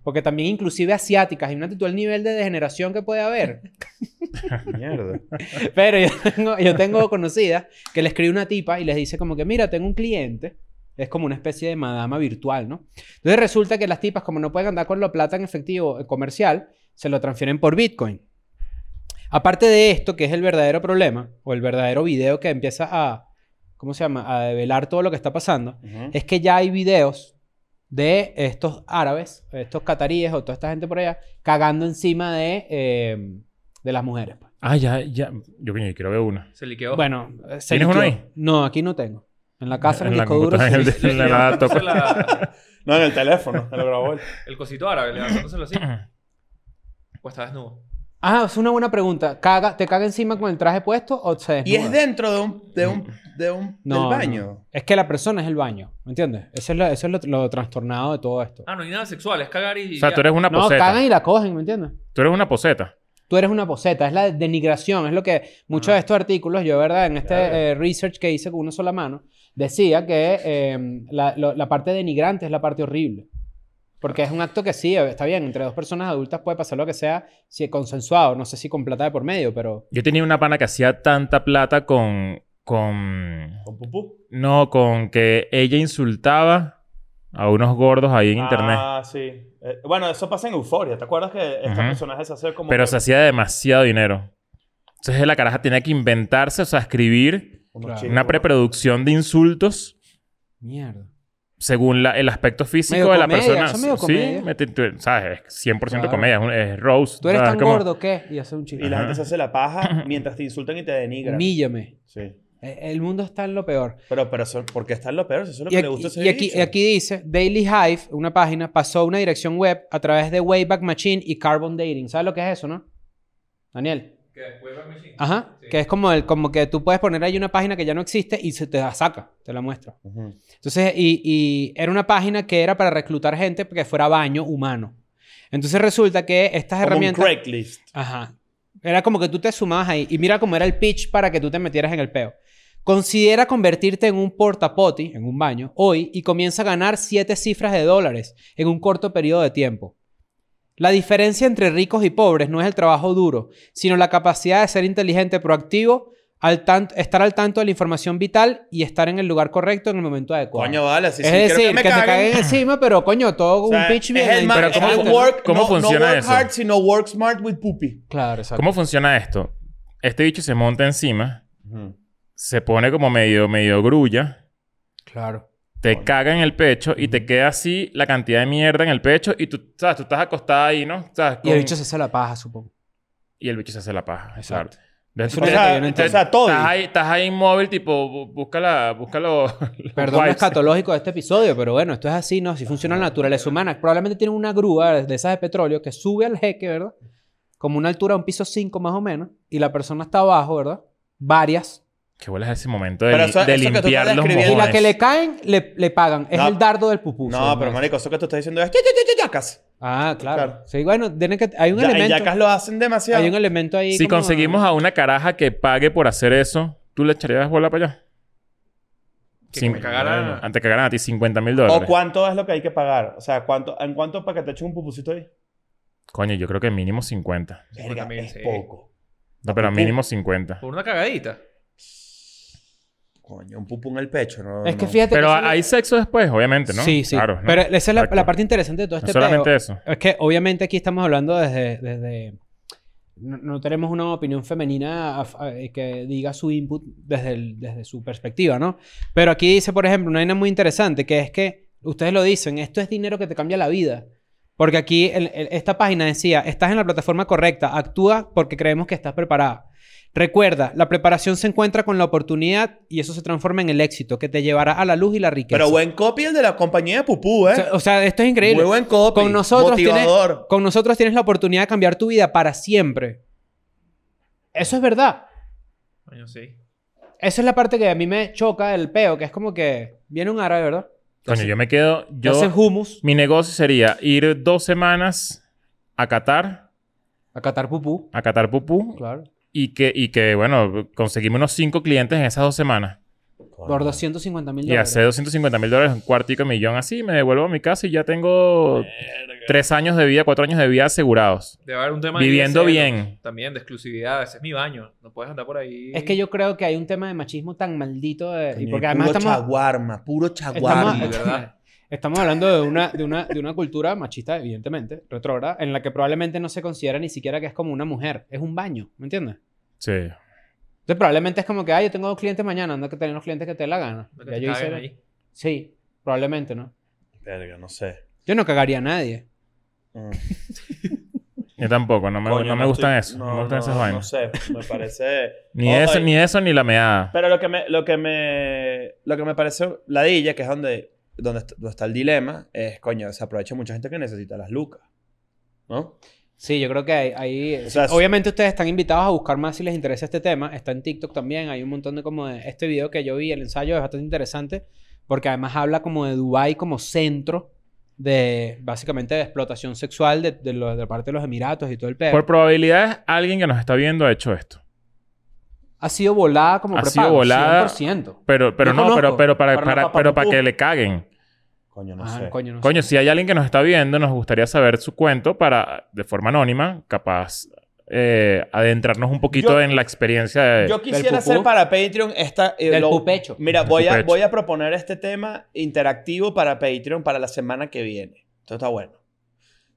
Speaker 1: Porque también inclusive asiáticas, imagínate tú el nivel de degeneración que puede haber.
Speaker 3: Mierda.
Speaker 1: Pero yo tengo, yo tengo conocidas que le escribe una tipa y les dice como que, mira, tengo un cliente. Es como una especie de madama virtual, ¿no? Entonces resulta que las tipas, como no pueden andar con la plata en efectivo eh, comercial, se lo transfieren por Bitcoin. Aparte de esto, que es el verdadero problema, o el verdadero video que empieza a, ¿cómo se llama?, a develar todo lo que está pasando,
Speaker 3: Ujú.
Speaker 1: es que ya hay videos de estos árabes, estos cataríes o toda esta gente por allá, cagando encima de, eh, de las mujeres. pues.
Speaker 2: Ah, ya, ya. Yo, coño, yo quiero ver una.
Speaker 4: Se liqueó.
Speaker 1: Bueno, eh, se
Speaker 2: ¿Tienes uno
Speaker 1: liqueó.
Speaker 2: ahí?
Speaker 1: No, aquí no tengo. En la casa, en,
Speaker 2: en
Speaker 1: el
Speaker 2: la
Speaker 1: disco duro.
Speaker 2: computadora, en
Speaker 1: sí.
Speaker 2: el- en la laptop.
Speaker 4: Puse la-
Speaker 3: No, en el teléfono, me lo grabó él.
Speaker 4: el cosito árabe, levantándoselo así. O está desnudo.
Speaker 1: Ah, es una buena pregunta. ¿Caga, ¿Te caga encima con el traje puesto o se
Speaker 3: Y es
Speaker 1: desnuda?
Speaker 3: dentro de un, de un, de un
Speaker 1: No, no.
Speaker 3: del baño.
Speaker 1: Es que la persona es el baño, ¿me entiendes? Eso es lo, eso es lo, lo trastornado de todo esto.
Speaker 4: Ah, no hay nada sexual, es cagar y.
Speaker 2: O sea,
Speaker 4: ya.
Speaker 2: tú eres una
Speaker 1: No,
Speaker 2: poseta.
Speaker 1: cagan y la cogen, ¿me entiendes?
Speaker 2: Tú eres una poseta.
Speaker 1: Tú eres una poseta, es la denigración, es lo que muchos
Speaker 4: Ah.
Speaker 1: de estos artículos, yo verdad, en este
Speaker 4: Claro.
Speaker 1: eh, research que hice con una sola mano, decía que eh, la, lo- la parte denigrante es la parte horrible. Porque es un acto que sí, está bien, entre dos personas adultas puede pasar lo que sea, si es consensuado, no sé si con plata de por medio, pero...
Speaker 2: Yo tenía una pana que hacía tanta plata con. con.
Speaker 3: Con pupú.
Speaker 2: No, con que ella insultaba a unos gordos ahí en internet.
Speaker 3: Ah, sí. Eh, bueno, eso pasa en Euforia. ¿Te acuerdas que este
Speaker 2: Ujú.
Speaker 3: personaje se hace como.
Speaker 2: Pero
Speaker 3: que-
Speaker 2: se hacía demasiado dinero. Entonces la caraja tenía que inventarse, o sea, escribir
Speaker 3: unos
Speaker 1: Claro.
Speaker 3: chistes,
Speaker 2: una preproducción de insultos
Speaker 1: Mierda.
Speaker 2: según la- el aspecto físico
Speaker 1: Medio
Speaker 2: de la
Speaker 1: comedia,
Speaker 2: persona.
Speaker 1: eso es medio
Speaker 2: sí,
Speaker 1: comedia.
Speaker 2: me- tú- sabes, es 100%
Speaker 1: Claro.
Speaker 2: comedia, es, un- es Rose.
Speaker 1: ¿Tú eres
Speaker 2: ¿sabes?
Speaker 1: tan
Speaker 2: Como-
Speaker 1: gordo qué? Y hace un
Speaker 3: Y
Speaker 1: chiste.
Speaker 3: la gente se hace la paja mientras te insultan y te denigran.
Speaker 1: Humíllame.
Speaker 3: Sí.
Speaker 1: Eh, El mundo está en lo peor.
Speaker 3: Pero, pero eso, porque está en lo peor, si eso es lo
Speaker 1: Y
Speaker 3: que
Speaker 1: aquí,
Speaker 3: le gusta a ese
Speaker 1: y aquí-
Speaker 3: bicho.
Speaker 1: y aquí dice, Daily Hive, una página, pasó una dirección web a través de Wayback Machine y Carbon Dating. ¿Sabes lo que es eso, no? Daniel.
Speaker 4: Que después va a machine.
Speaker 1: Ajá.
Speaker 4: Sí.
Speaker 1: Que es como, el, como que tú puedes poner ahí una página que ya no existe y se te la saca, te la muestra.
Speaker 3: Ujú.
Speaker 1: Entonces, y, y era una página que era para reclutar gente que fuera baño humano. Entonces resulta que estas
Speaker 3: Como un
Speaker 1: herramientas...
Speaker 3: Craigslist.
Speaker 1: Ajá. Era como que tú te sumabas ahí. Y mira cómo era el pitch para que tú te metieras en el peo. Considera convertirte en un portapoti, en un baño, hoy y comienza a ganar siete cifras de dólares en un corto periodo de tiempo. La diferencia entre ricos y pobres no es el trabajo duro, sino la capacidad de ser inteligente, proactivo, al tan- estar al tanto de la información vital y estar en el lugar correcto en el momento adecuado.
Speaker 3: Coño, vale, así
Speaker 1: es
Speaker 3: sí, quiero
Speaker 1: decir, que,
Speaker 3: me
Speaker 1: te
Speaker 3: caguen.
Speaker 1: caguen encima, pero coño, todo
Speaker 3: O sea,
Speaker 1: un pitch bien.
Speaker 3: Es el,
Speaker 2: Pero
Speaker 3: pero
Speaker 2: ¿cómo
Speaker 3: ¿cómo,
Speaker 2: fu-
Speaker 3: work,
Speaker 2: cómo
Speaker 3: no,
Speaker 2: funciona
Speaker 3: no work
Speaker 2: eso?
Speaker 3: hard, sino work smart with poopy.
Speaker 1: Claro, exacto.
Speaker 2: ¿Cómo funciona esto? Este bicho se monta encima, se pone como medio, medio grulla,
Speaker 1: Claro.
Speaker 2: te
Speaker 3: Coño.
Speaker 2: caga en el pecho y te queda así la cantidad de mierda en el pecho y tú, sabes, tú estás acostada ahí, ¿no? ¿Sabes?
Speaker 1: Y el
Speaker 2: Con-
Speaker 1: bicho se hace la paja, supongo.
Speaker 2: y el bicho se hace la paja.
Speaker 1: Exacto.
Speaker 2: claro. Entonces,
Speaker 1: Eso
Speaker 3: O
Speaker 1: es lo
Speaker 2: te-
Speaker 1: que
Speaker 3: sea,
Speaker 1: yo no
Speaker 2: te-
Speaker 1: entiendo.
Speaker 3: o sea, todo.
Speaker 2: Estás ahí, estás ahí inmóvil, tipo, bu- búscala, búscalo.
Speaker 1: Perdón lo escatológico de este episodio, pero bueno, esto es así, ¿no? Si funciona la naturaleza humana. Probablemente tienen una grúa de esas de petróleo que sube al jeque, ¿verdad? Como una altura, un piso 5 más o menos, y la persona está abajo, ¿verdad? Varias.
Speaker 2: Que vuelas ese momento de,
Speaker 3: Pero
Speaker 2: li-
Speaker 3: eso-
Speaker 2: de
Speaker 3: eso que tú
Speaker 2: limpiar
Speaker 3: estás
Speaker 2: los
Speaker 3: describiendo-
Speaker 1: Y la
Speaker 2: mojones.
Speaker 1: que le caen, le, le pagan. Es
Speaker 3: No.
Speaker 1: el dardo del pupú.
Speaker 3: No, pero marico, eso que tú estás diciendo es... "Ya, ya, ya, ya, Yacas.
Speaker 1: Ah, claro.
Speaker 3: Claro.
Speaker 1: Sí, bueno, tiene que, hay un
Speaker 3: Ya- en
Speaker 1: elemento.
Speaker 3: Yacas lo hacen demasiado.
Speaker 1: Hay un elemento ahí.
Speaker 2: Si
Speaker 1: como-
Speaker 2: conseguimos a una caraja que pague por hacer eso, ¿tú le echarías bola para allá?
Speaker 4: Que me cagara-
Speaker 2: Antes que cagaran a ti 50 mil
Speaker 3: ¿O
Speaker 2: dólares.
Speaker 3: cuánto es lo que hay que pagar? O sea, ¿cuánto, ¿en cuánto para que te echen un pupucito ahí?
Speaker 2: Coño, yo creo que mínimo 50.
Speaker 3: Verga,
Speaker 4: también,
Speaker 3: es
Speaker 4: sí.
Speaker 3: poco.
Speaker 2: No, pero mínimo 50.
Speaker 4: Por una cagadita.
Speaker 3: Coño, un pupú en el pecho, ¿no?
Speaker 1: Es que
Speaker 3: no.
Speaker 1: fíjate.
Speaker 2: Pero
Speaker 1: que eso
Speaker 2: hay
Speaker 1: le-
Speaker 2: sexo después, obviamente, ¿no?
Speaker 1: Sí, sí.
Speaker 2: Claro. ¿no?
Speaker 1: Pero esa es la,
Speaker 2: Exacto.
Speaker 1: la parte interesante de todo
Speaker 2: No
Speaker 1: este
Speaker 2: solamente
Speaker 1: peo.
Speaker 2: eso.
Speaker 1: Es que obviamente aquí estamos hablando desde... desde- no, no tenemos una opinión femenina af- a- eh, que diga su input desde, el- desde su perspectiva, ¿no? Pero aquí dice, por ejemplo, una vaina muy interesante, que es que ustedes lo dicen, esto es dinero que te cambia la vida. Porque aquí el- el- esta página decía, estás en la plataforma correcta, actúa porque creemos que estás preparada. Recuerda, la preparación se encuentra con la oportunidad y eso se transforma en el éxito, que te llevará a la luz y la riqueza.
Speaker 3: Pero buen copy el de la compañía de pupú, ¿eh?
Speaker 1: O sea, o sea, esto es increíble.
Speaker 3: Muy buen copy.
Speaker 1: Con nosotros tiene-
Speaker 3: Motivador.
Speaker 1: Con nosotros tienes la oportunidad de cambiar tu vida para siempre. Eso es verdad.
Speaker 4: Coño, sí.
Speaker 1: Esa es la parte que a mí me choca del peo, que es como que viene un árabe, ¿verdad?
Speaker 2: Coño, yo me quedo.
Speaker 1: Yo
Speaker 2: Yo,
Speaker 1: hace hummus
Speaker 2: mi negocio sería ir dos semanas a Qatar,
Speaker 1: a catar pupú.
Speaker 2: a Qatar Pupú,
Speaker 1: Claro.
Speaker 2: y, que, y que, bueno, conseguimos unos cinco clientes en esas dos semanas.
Speaker 1: Por 250 mil
Speaker 2: Y
Speaker 1: dólares.
Speaker 2: hacer 250 mil dólares, un cuartico de millón así, me devuelvo a mi casa y ya tengo tres años de vida, cuatro años de vida asegurados.
Speaker 4: Debe haber un tema
Speaker 2: Viviendo
Speaker 4: de
Speaker 2: bien.
Speaker 4: También de exclusividad. Ese es mi baño. No puedes andar por ahí.
Speaker 1: Es que yo creo que hay un tema de machismo tan maldito. de- y
Speaker 3: Coño,
Speaker 1: porque además
Speaker 3: puro
Speaker 1: estamos,
Speaker 3: chaguarma, puro
Speaker 1: estamos,
Speaker 4: Sí,
Speaker 3: chaguarma.
Speaker 4: ¿verdad?
Speaker 1: estamos hablando de una, de, una, de una cultura machista, evidentemente, retrógrada, en la que probablemente no se considera ni siquiera que es como una mujer. Es un baño, ¿me entiendes?
Speaker 2: Sí.
Speaker 1: Entonces probablemente es como que, ah, yo tengo dos clientes mañana, anda que tener los clientes que te dé la gana.
Speaker 4: No
Speaker 1: Ya
Speaker 4: te
Speaker 1: yo hice
Speaker 4: caguen
Speaker 1: la-
Speaker 4: ahí.
Speaker 1: Sí, probablemente, ¿no?
Speaker 3: Verga, no sé.
Speaker 1: Yo no cagaría a nadie.
Speaker 3: Mm.
Speaker 2: Yo tampoco, no me,
Speaker 3: Coño,
Speaker 2: no me gustan
Speaker 3: estoy-
Speaker 2: eso. No, me gustan esas
Speaker 3: No
Speaker 2: vainas.
Speaker 3: sé, me parece.
Speaker 2: Ni,
Speaker 3: Oh,
Speaker 2: eso,
Speaker 3: ay,
Speaker 2: ni eso, ni la meada.
Speaker 3: Pero lo que me, lo que me, lo que me parece ladilla, que es donde, donde, est- donde está el dilema, es coño, se aprovecha mucha gente que necesita las lucas. ¿No?
Speaker 1: Sí, yo creo que ahí... ahí-
Speaker 3: O sea,
Speaker 1: obviamente ustedes están invitados a buscar más si les interesa este tema. Está en TikTok también. Hay un montón de como... de- este video que yo vi, el ensayo, es bastante interesante. Porque además habla como de Dubái como centro de... Básicamente de explotación sexual de, de, lo- de parte de los Emiratos y todo el pedo.
Speaker 2: Por probabilidades, alguien que nos está viendo ha hecho esto.
Speaker 1: Ha sido volada como
Speaker 2: Ha sido
Speaker 1: prepago,
Speaker 2: volada.
Speaker 1: 100%.
Speaker 2: Pero, pero
Speaker 1: Yo
Speaker 2: no,
Speaker 1: conozco.
Speaker 2: pero, pero para,
Speaker 3: Para
Speaker 2: para,
Speaker 3: no tapar
Speaker 2: pero para
Speaker 3: popó.
Speaker 2: que le caguen.
Speaker 3: Coño, no
Speaker 1: Ah,
Speaker 3: sé.
Speaker 1: coño, no sé.
Speaker 2: Coño, si hay alguien que nos está viendo, nos gustaría saber su cuento para, de forma anónima, capaz eh, adentrarnos un poquito
Speaker 3: Yo-
Speaker 2: en la experiencia de.
Speaker 3: Yo
Speaker 1: pupú.
Speaker 3: quisiera hacer para Patreon esta. eh,
Speaker 1: Del
Speaker 3: lo-
Speaker 1: pupecho.
Speaker 3: Mira,
Speaker 2: Del
Speaker 3: voy a,
Speaker 2: pupecho.
Speaker 3: voy a proponer este tema interactivo para Patreon para la semana que viene. Esto está bueno.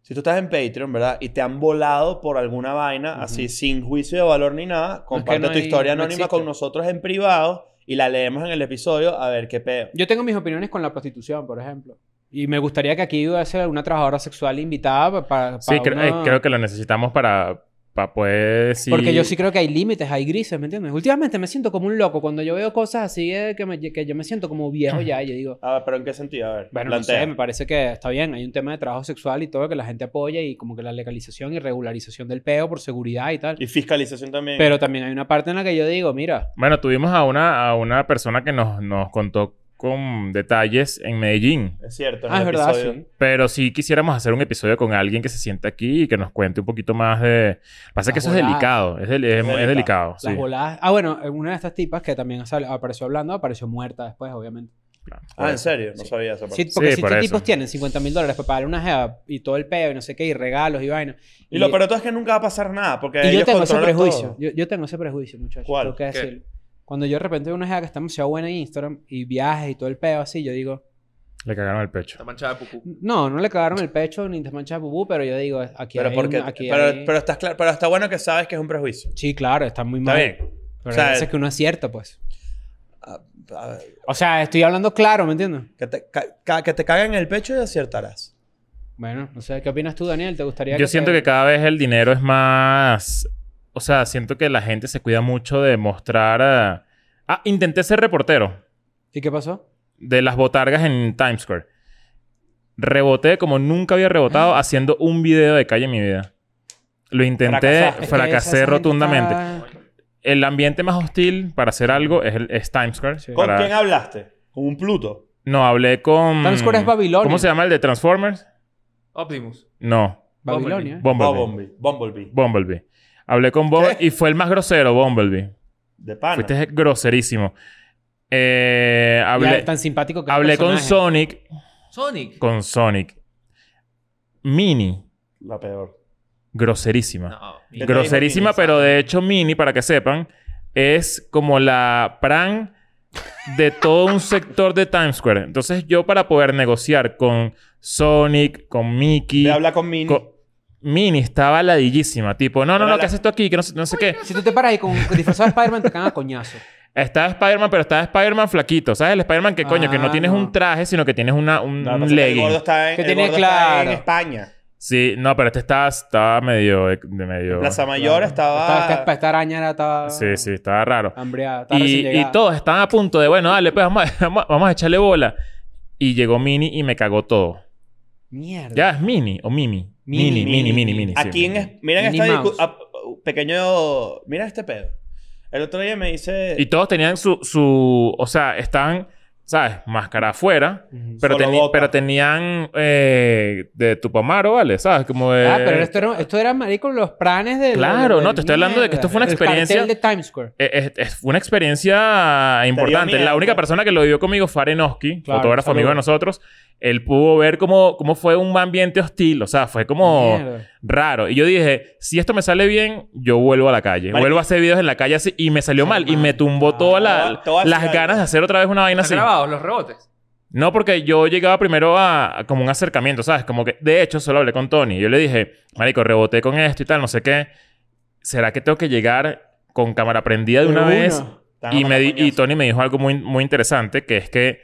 Speaker 3: Si tú estás en Patreon, ¿verdad? Y te han volado por alguna vaina,
Speaker 1: Ujú.
Speaker 3: así sin juicio de valor ni nada, comparte
Speaker 1: no
Speaker 3: tu
Speaker 1: hay-
Speaker 3: historia
Speaker 1: no
Speaker 3: anónima
Speaker 1: existe.
Speaker 3: con nosotros en privado y la leemos en el episodio a ver qué peo.
Speaker 1: Yo tengo mis opiniones con la prostitución, por ejemplo. Y me gustaría que aquí hubiese una trabajadora sexual invitada pa- para...
Speaker 2: sí,
Speaker 1: para
Speaker 2: creo,
Speaker 1: una-
Speaker 2: eh, creo que lo necesitamos para, para poder decir.
Speaker 1: Porque yo sí creo que hay límites, hay grises, ¿me entiendes? Últimamente me siento como un loco. Cuando yo veo cosas así eh, que, me- que yo me siento como viejo ya, y yo digo,
Speaker 3: A ver, Ah, pero ¿en qué sentido? A ver,
Speaker 1: bueno,
Speaker 3: plantea.
Speaker 1: no sé, me parece que está bien. Hay un tema de trabajo sexual y todo que la gente apoya y como que la legalización y regularización del peo por seguridad y tal.
Speaker 3: Y fiscalización también.
Speaker 1: Pero también hay una parte en la que yo digo, mira,
Speaker 2: Bueno, tuvimos a una, a una persona que nos, nos contó con detalles en Medellín.
Speaker 3: es cierto. en
Speaker 1: ah, es
Speaker 3: el
Speaker 1: verdad,
Speaker 3: episodio-
Speaker 1: sí.
Speaker 2: Pero sí quisiéramos hacer un episodio con alguien que se siente aquí y que nos cuente un poquito más de... Pasa que
Speaker 1: Las
Speaker 2: eso es
Speaker 1: voladas.
Speaker 2: delicado. Es, del- es- es
Speaker 3: delicado.
Speaker 2: delicado. sí.
Speaker 1: Las voladas. Ah, bueno, una de estas tipas que también sale- apareció hablando, apareció muerta después, obviamente.
Speaker 3: Ah, ¿en serio? No sabía esa parte.
Speaker 1: Sí, porque
Speaker 2: Sí,
Speaker 1: si
Speaker 2: por
Speaker 1: estos
Speaker 2: eso.
Speaker 1: tipos tienen 50 mil dólares para pagar una jeva y todo el peo y no sé qué, y regalos y vaina.
Speaker 3: Y lo peor de todo es que nunca va a pasar nada, porque
Speaker 1: y yo
Speaker 3: ellos
Speaker 1: tengo ese
Speaker 3: controlan todo.
Speaker 1: prejuicio. Yo, yo tengo ese prejuicio, muchachos.
Speaker 3: ¿Cuál?
Speaker 1: Tengo que
Speaker 4: ¿Qué?
Speaker 1: decirlo. Cuando yo de repente veo una jeva que está demasiado buena en Instagram y viajes y todo el peo así, yo digo,
Speaker 2: Le cagaron el
Speaker 4: Está
Speaker 2: pecho.
Speaker 4: manchada de pupú.
Speaker 1: no, no le cagaron el pecho ni desmanchas bubú, pero yo digo, aquí
Speaker 3: Pero,
Speaker 1: hay
Speaker 3: porque,
Speaker 1: un- aquí
Speaker 3: pero,
Speaker 1: hay-
Speaker 3: pero, estás claro, pero está bueno que sabes que es un prejuicio.
Speaker 1: Sí, claro, está muy
Speaker 3: Está
Speaker 1: mal.
Speaker 3: bien.
Speaker 1: Pero
Speaker 3: O sea,
Speaker 1: a veces que uno acierta, pues.
Speaker 3: A- a ver,
Speaker 1: O sea, estoy hablando claro, ¿me entiendes?
Speaker 3: que, te, ca- ca- que te caguen en el pecho y aciertarás.
Speaker 1: Bueno, no sé, ¿qué opinas tú, Daniel? ¿Te gustaría
Speaker 2: Yo siento
Speaker 1: te-
Speaker 2: que cada vez el dinero es más... O sea, siento que la gente se cuida mucho de mostrar... eh, Ah, intenté ser reportero
Speaker 1: ¿Y qué pasó?
Speaker 2: de las botargas en Times Square. Reboté como nunca había
Speaker 1: Ah.
Speaker 2: rebotado haciendo un video de calle en mi vida. Lo intenté,
Speaker 3: Fracasaste.
Speaker 1: Es que esa
Speaker 2: fracasé
Speaker 1: gente
Speaker 2: rotundamente.
Speaker 1: está-
Speaker 2: el ambiente más hostil para hacer algo es, el, es Times Square.
Speaker 1: Sí.
Speaker 3: ¿Con
Speaker 2: Para-
Speaker 3: quién hablaste? ¿Con un Pluto?
Speaker 2: No, hablé con...
Speaker 1: Times Square es Babilonia.
Speaker 2: Mm. ¿Cómo se llama el de Transformers?
Speaker 4: Optimus.
Speaker 2: No.
Speaker 1: Babilonia.
Speaker 2: Bumblebee.
Speaker 3: Bumblebee. Bumblebee.
Speaker 2: Bumblebee. Hablé con Bumblebee y fue el más grosero, Bumblebee.
Speaker 3: De pana.
Speaker 2: Fuiste groserísimo. Eh,
Speaker 1: Ya,
Speaker 2: hablé
Speaker 1: es tan simpático que es
Speaker 2: hablé con
Speaker 1: personaje.
Speaker 2: Sonic.
Speaker 4: Sonic.
Speaker 2: Con Sonic. Mini.
Speaker 3: La peor.
Speaker 2: Groserísima.
Speaker 4: No,
Speaker 3: ¿Qué te
Speaker 2: Groserísima,
Speaker 3: dijo
Speaker 2: pero de hecho Mini, para que sepan, es como la pran de todo un sector de Times Square. Entonces yo para poder negociar con Sonic, con Mickey...
Speaker 3: Ve a hablar con Mini.
Speaker 2: con- Mini estaba ladillísima. Tipo, no, no,
Speaker 3: Pero
Speaker 2: no,
Speaker 3: la-
Speaker 2: ¿qué haces tú aquí? Que no, sé- no sé qué.
Speaker 1: Si tú te paras ahí con disfrazado de Spider-Man, te cagan a coñazo.
Speaker 2: Estaba Spider-Man, pero estaba Spider-Man flaquito. ¿Sabes? El Spider-Man que coño, que
Speaker 1: Ah,
Speaker 2: no tienes
Speaker 1: no.
Speaker 2: un traje, sino que tienes una, un,
Speaker 3: No,
Speaker 2: un
Speaker 3: pasa que el
Speaker 2: legging.
Speaker 3: gordo está en,
Speaker 1: Que
Speaker 3: el
Speaker 1: tiene
Speaker 3: gordo está en
Speaker 1: claro.
Speaker 3: España.
Speaker 2: Sí, no, pero este estaba, estaba medio... de- de medio...
Speaker 3: Plaza Mayor
Speaker 1: Estaba,
Speaker 3: estaba...
Speaker 1: esta, esta- esta araña era- estaba
Speaker 2: Ah. Sí, sí, estaba raro.
Speaker 1: hambreada. Estaba recién
Speaker 2: Y, y
Speaker 1: llegada.
Speaker 2: todos estaban a punto de, bueno, dale, pues vamos a, vamos a- vamos a echarle bola. Y llegó Mini y me cagó todo.
Speaker 1: Mierda.
Speaker 2: ¿Ya es Mini o Mimi?
Speaker 1: Mini,
Speaker 2: Mini, Mini, Mini, Mini. sí,
Speaker 3: Aquí en...
Speaker 2: Mini.
Speaker 3: Miren
Speaker 1: Minnie
Speaker 3: esta... discu-
Speaker 1: Mouse.
Speaker 3: ah, pequeño... Miren este pedo. El otro día me dice...
Speaker 2: Y todos tenían su, su... O sea, estaban, ¿sabes? Máscara afuera.
Speaker 1: Ujú.
Speaker 2: Pero,
Speaker 3: Solo
Speaker 2: teni-
Speaker 3: boca.
Speaker 2: pero tenían eh, de Tupamaro, ¿vale? ¿Sabes? Como de...
Speaker 1: Ah, pero esto era, esto era marico los planes del...
Speaker 2: Eh, Claro,
Speaker 1: del-
Speaker 2: no, te estoy hablando de que esto fue una
Speaker 1: del
Speaker 2: experiencia-
Speaker 1: cartel de Times Square.
Speaker 2: Eh, Es, es una experiencia importante.
Speaker 3: miedo,
Speaker 2: La única
Speaker 3: ¿no?
Speaker 2: persona que lo vivió conmigo fue Arenosky,
Speaker 1: Claro,
Speaker 2: fotógrafo
Speaker 1: saludo.
Speaker 2: amigo de nosotros. Él pudo ver cómo, cómo fue un ambiente hostil. O sea, fue como
Speaker 1: Mierda.
Speaker 2: raro. Y yo dije, si esto me sale bien, yo vuelvo a la calle.
Speaker 3: Marico.
Speaker 2: Vuelvo a hacer videos en la calle así. Y me salió
Speaker 1: Sí,
Speaker 2: mal. Y
Speaker 1: mal.
Speaker 2: me tumbó
Speaker 1: Ah,
Speaker 2: todas la-
Speaker 3: te voy a decir
Speaker 2: las
Speaker 3: algo.
Speaker 2: ganas de hacer otra vez una vaina
Speaker 4: ¿Están
Speaker 2: así.
Speaker 4: grabados los rebotes?
Speaker 2: No, porque yo llegaba primero a, a como un acercamiento, ¿sabes? Como que, de hecho, solo hablé con Tony. Yo le dije, Marico, reboté con esto y tal, no sé qué. ¿Será que tengo que llegar con cámara prendida de una vez?
Speaker 3: Están
Speaker 2: Y, me di- y
Speaker 3: coñazos.
Speaker 2: Tony me dijo algo muy, muy interesante, que es que,